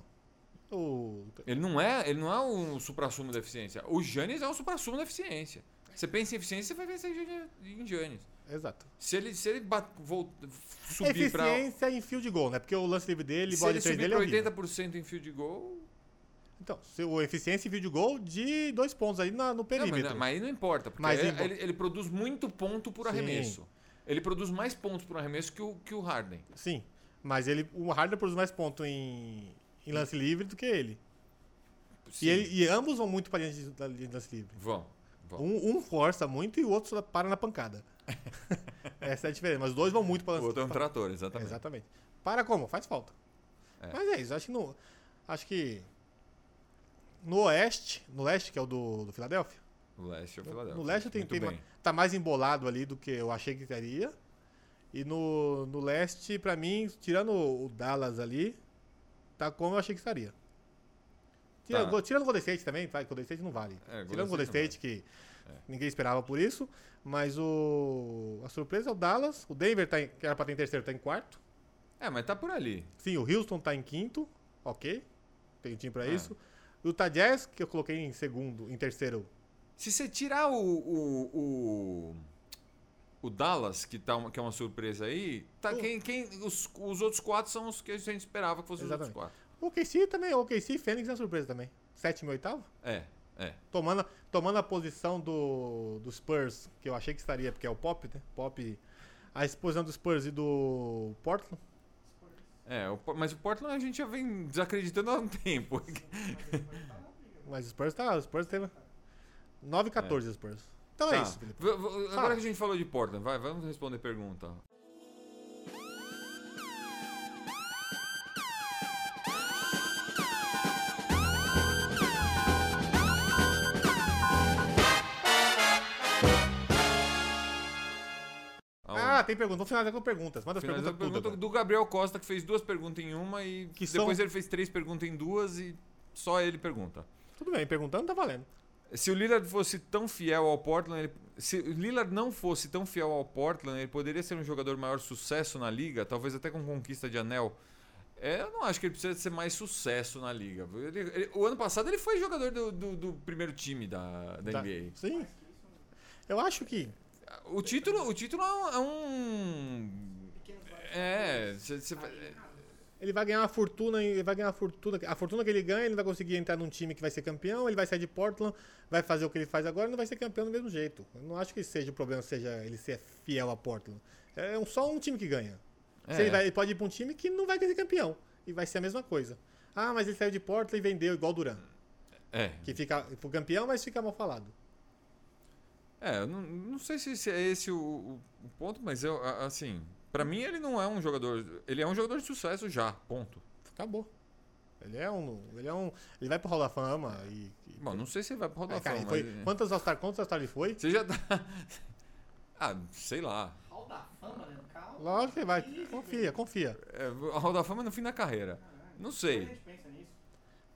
S2: O...
S3: Ele não é, ele não é um supra-sumo da eficiência. O Giannis é um supra-sumo da eficiência. Você pensa em eficiência, você vai pensar em Giannis- em Giannis.
S2: Exato.
S3: Se ele, se ele bat, vol- subir para
S2: Eficiência em fio de gol, né? Porque o lance livre dele,
S3: se
S2: bola
S3: ele
S2: de três
S3: subir
S2: dele é
S3: pra
S2: horrível.
S3: 80% em field goal,
S2: Então, se o eficiência em fio de gol de dois pontos ali na- no
S3: Não, mas,
S2: perímetro.
S3: não- mas aí não importa, porque
S2: Mas
S3: ele,
S2: impo-
S3: ele- ele produz muito ponto por
S2: Sim.
S3: arremesso. Ele produz mais pontos por arremesso que o, que o Harden.
S2: Sim. Mas ele, o Harden produz mais pontos em, em lance livre do que ele.
S3: Sim.
S2: E, ele- e ambos vão muito pra linha de, da linha de lance livre.
S3: Vão. vão.
S2: Um, um força muito e o outro só para na pancada. Essa é a diferença. Mas os dois vão muito pra
S3: o
S2: lance
S3: outro é um
S2: pra-
S3: trator, exatamente.
S2: Exatamente. Para como? Faz falta.
S3: É.
S2: Mas é isso. Acho que no, acho que no oeste, no leste, que é o do, do Filadélfia,
S3: O leste é o Philadelphia.
S2: no leste tem,
S3: Muito
S2: tem
S3: bem.
S2: ma- tá mais embolado ali do que eu achei que teria. E no, no leste, pra mim, tirando o Dallas ali, tá como eu achei que estaria. Tira,
S3: Tá.
S2: go- Tirando o Golden State também, tá? que o Golden State não vale.
S3: É,
S2: tirando o Golden
S3: Golden
S2: State,
S3: State É.
S2: que ninguém esperava por isso. Mas o a surpresa é o Dallas. O Denver, tá em- que era pra ter em terceiro, tá em quarto.
S3: É, mas tá por ali.
S2: Sim, o Houston tá em quinto, ok. Tem um time pra
S3: É.
S2: isso. E o Tajaz, que eu coloquei em segundo, em terceiro.
S3: Se você tirar o. o, o... o Dallas, que, tá uma- que é uma surpresa aí, tá
S2: O-
S3: quem, quem, os, os outros quatro são os que a gente esperava que fossem
S2: Exatamente.
S3: os outros quatro.
S2: O KC também, o KC e Fênix é surpresa também. Sétimo e oitavo.
S3: É, é.
S2: Tomando, tomando a posição do, do Spurs, que eu achei que estaria, porque é o Pop, né? Pop. A exposição do Spurs e do Portland.
S3: É, o Po- mas o Portland a gente já vem desacreditando há um tempo.
S2: Mas o Spurs tá. O Spurs teve. 9 e 14 o Spurs. Então é
S3: Tá.
S2: isso, Felipe.
S3: V- v-
S2: Fala.
S3: Agora que a gente falou de Portland, vai, vamos responder pergunta.
S2: Ah, tem pergunta. é Vamos finalizar com perguntas. Manda as
S3: Finalizou
S2: perguntas
S3: a
S2: tudo.
S3: pergunta
S2: agora.
S3: do Gabriel Costa, que fez duas perguntas em uma e
S2: Que
S3: depois
S2: são-
S3: ele fez três perguntas em duas e só ele pergunta.
S2: Tudo bem, perguntando tá valendo.
S3: Se o Lillard fosse tão fiel ao Portland, ele- se o Lillard não fosse tão fiel ao Portland, ele poderia ser um jogador maior sucesso na liga, talvez até com conquista de anel. É, eu não acho que ele precisa ser mais sucesso na liga. Ele- ele- o ano passado ele foi jogador do, do- do primeiro time da, da
S2: Tá.
S3: NBA.
S2: Sim. Eu acho que.
S3: O título, o título é um- é um. É, cê- cê-
S2: Ele vai ganhar uma fortuna, ele vai ganhar uma fortuna. A fortuna que ele ganha, ele vai conseguir entrar num time que vai ser campeão, ele vai sair de Portland, vai fazer o que ele faz agora e não vai ser campeão do mesmo jeito. Eu não acho que seja o problema, seja ele ser fiel a Portland. É um- só um time que ganha. Se
S3: É.
S2: Ele, vai- ele pode ir pra um time que não vai ser campeão. E vai ser a mesma coisa. Ah, mas ele saiu de Portland e vendeu igual o Duran.
S3: é,
S2: Que fica pro campeão, mas fica mal falado.
S3: É, eu não, não sei se, se é esse o, o- o ponto, mas eu, a- assim, pra mim ele não é um jogador. Ele é um jogador de sucesso já, ponto.
S2: Acabou. Ele é um. Ele é um. Ele vai pro Hall da Fama e. e-
S3: Bom, não sei se ele vai pra Hall da
S2: Ah, cara,
S3: Fama,
S2: ele foi-
S3: mas- é.
S2: quantos All-Star quantos All-Star ele foi?
S3: Você já tá. ah, sei lá.
S8: Hall da fama, né? Calma.
S2: Lógico que ele vai. Confia, confia.
S3: É, a Hall da Fama é no fim da carreira. Não
S8: A
S3: sei.
S8: gente pensa nisso.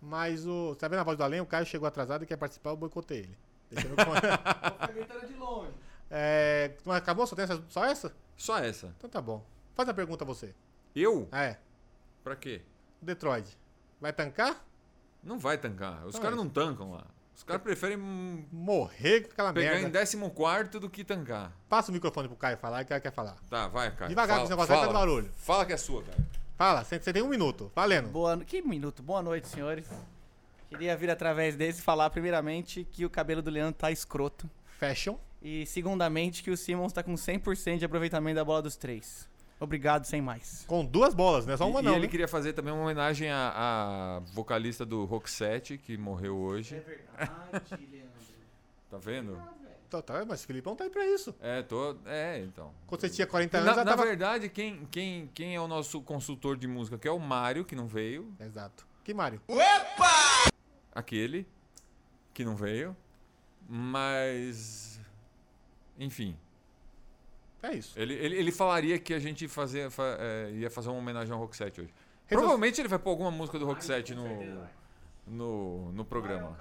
S2: Mas o. Tá vendo a voz do além? O Caio chegou atrasado e quer participar, eu boicotei ele. Deixa eu ver como-
S8: Vou ficar gritando de longe.
S2: é, mas acabou? Só tem essa, só essa?
S3: Só essa.
S2: Então tá bom. Faz a pergunta a você.
S3: Eu?
S2: Ah, é.
S3: Pra quê?
S2: Detroit. Vai tancar?
S3: Não vai tancar. Os
S2: Então é.
S3: caras não tancam lá. Os caras preferem hum,
S2: Morrer com aquela
S3: pegar
S2: merda.
S3: em 14 do que tancar.
S2: Passa o microfone pro Caio falar que ela quer falar.
S3: Tá, vai, cara.
S2: Devagar com esse negócio aí, tá dando barulho.
S3: Fala que é sua, cara.
S2: Fala, você você tem um minuto. Valendo.
S8: Boa, no- que minuto. Boa noite, senhores. Queria vir através desse falar, primeiramente, que o cabelo do Leandro tá escroto.
S2: Fashion.
S8: E, segundamente, que o Simmons tá com 100% de aproveitamento da bola dos três. Obrigado, sem mais.
S2: Com duas bolas, né? Só uma
S3: e,
S2: não.
S3: e ele
S2: né?
S3: queria fazer também uma homenagem à, à vocalista do Roxette, que morreu hoje.
S8: É verdade, Leandro.
S3: Tá vendo?
S2: Tá, tá, mas o Filipão tá aí pra isso.
S3: É, tô. É, então.
S2: Quando você tinha 40 anos,
S3: Na,
S2: ela
S3: na
S2: tava.
S3: verdade, quem, quem, quem é o nosso consultor de música, que é o Mário, que não veio.
S2: Exato. Que Mário?
S3: Aquele, que não veio. Mas. Enfim.
S2: É isso.
S3: Ele, ele, ele falaria que a gente fazia, fa- é, ia fazer uma homenagem ao Roxette hoje.
S2: Resol-
S3: Provavelmente ele vai pôr alguma música do Roxette no, no, no programa.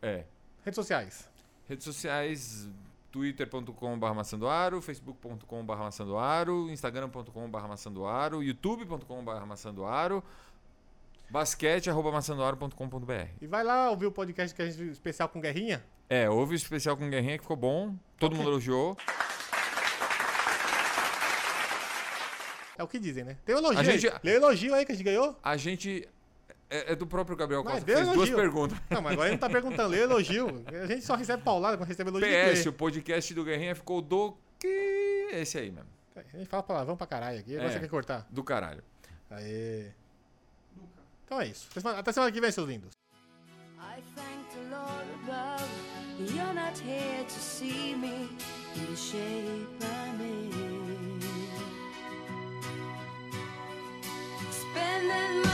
S3: É.
S2: Redes sociais.
S3: Redes sociais, twitter.com.br maçandoaro, facebook.com.br maçandoaro, instagram.com.br maçandoaro, youtube.com.br maçandoaro, basquete.maçandoaro.com.br.
S2: E vai lá ouvir o podcast que a gente especial com Guerrinha.
S3: É, houve o especial com Guerrinha que ficou bom, todo mundo elogiou.
S2: É o que dizem, né? Tem um elogio.
S3: A gente-
S2: aí. Lê o elogio aí que a gente ganhou.
S3: A gente... É, é do próprio Gabriel
S2: Mas
S3: Costa, que
S2: deu
S3: fez duas
S2: elogio.
S3: perguntas.
S2: Não, mas agora ele não tá perguntando, lê o elogio. A gente só recebe paulada quando recebe elogio. a gente
S3: PS, o podcast do Guerrinha ficou do... que Esse aí mesmo,
S2: lê. A gente fala palavrão pra caralho aqui, agora
S3: É.
S2: você quer cortar.
S3: do caralho.
S2: Aê. Então é isso. Até semana- Até semana que vem, seus lindos.
S4: I thank the Lord above. You're not here to see me in the shape I'm in. Spending my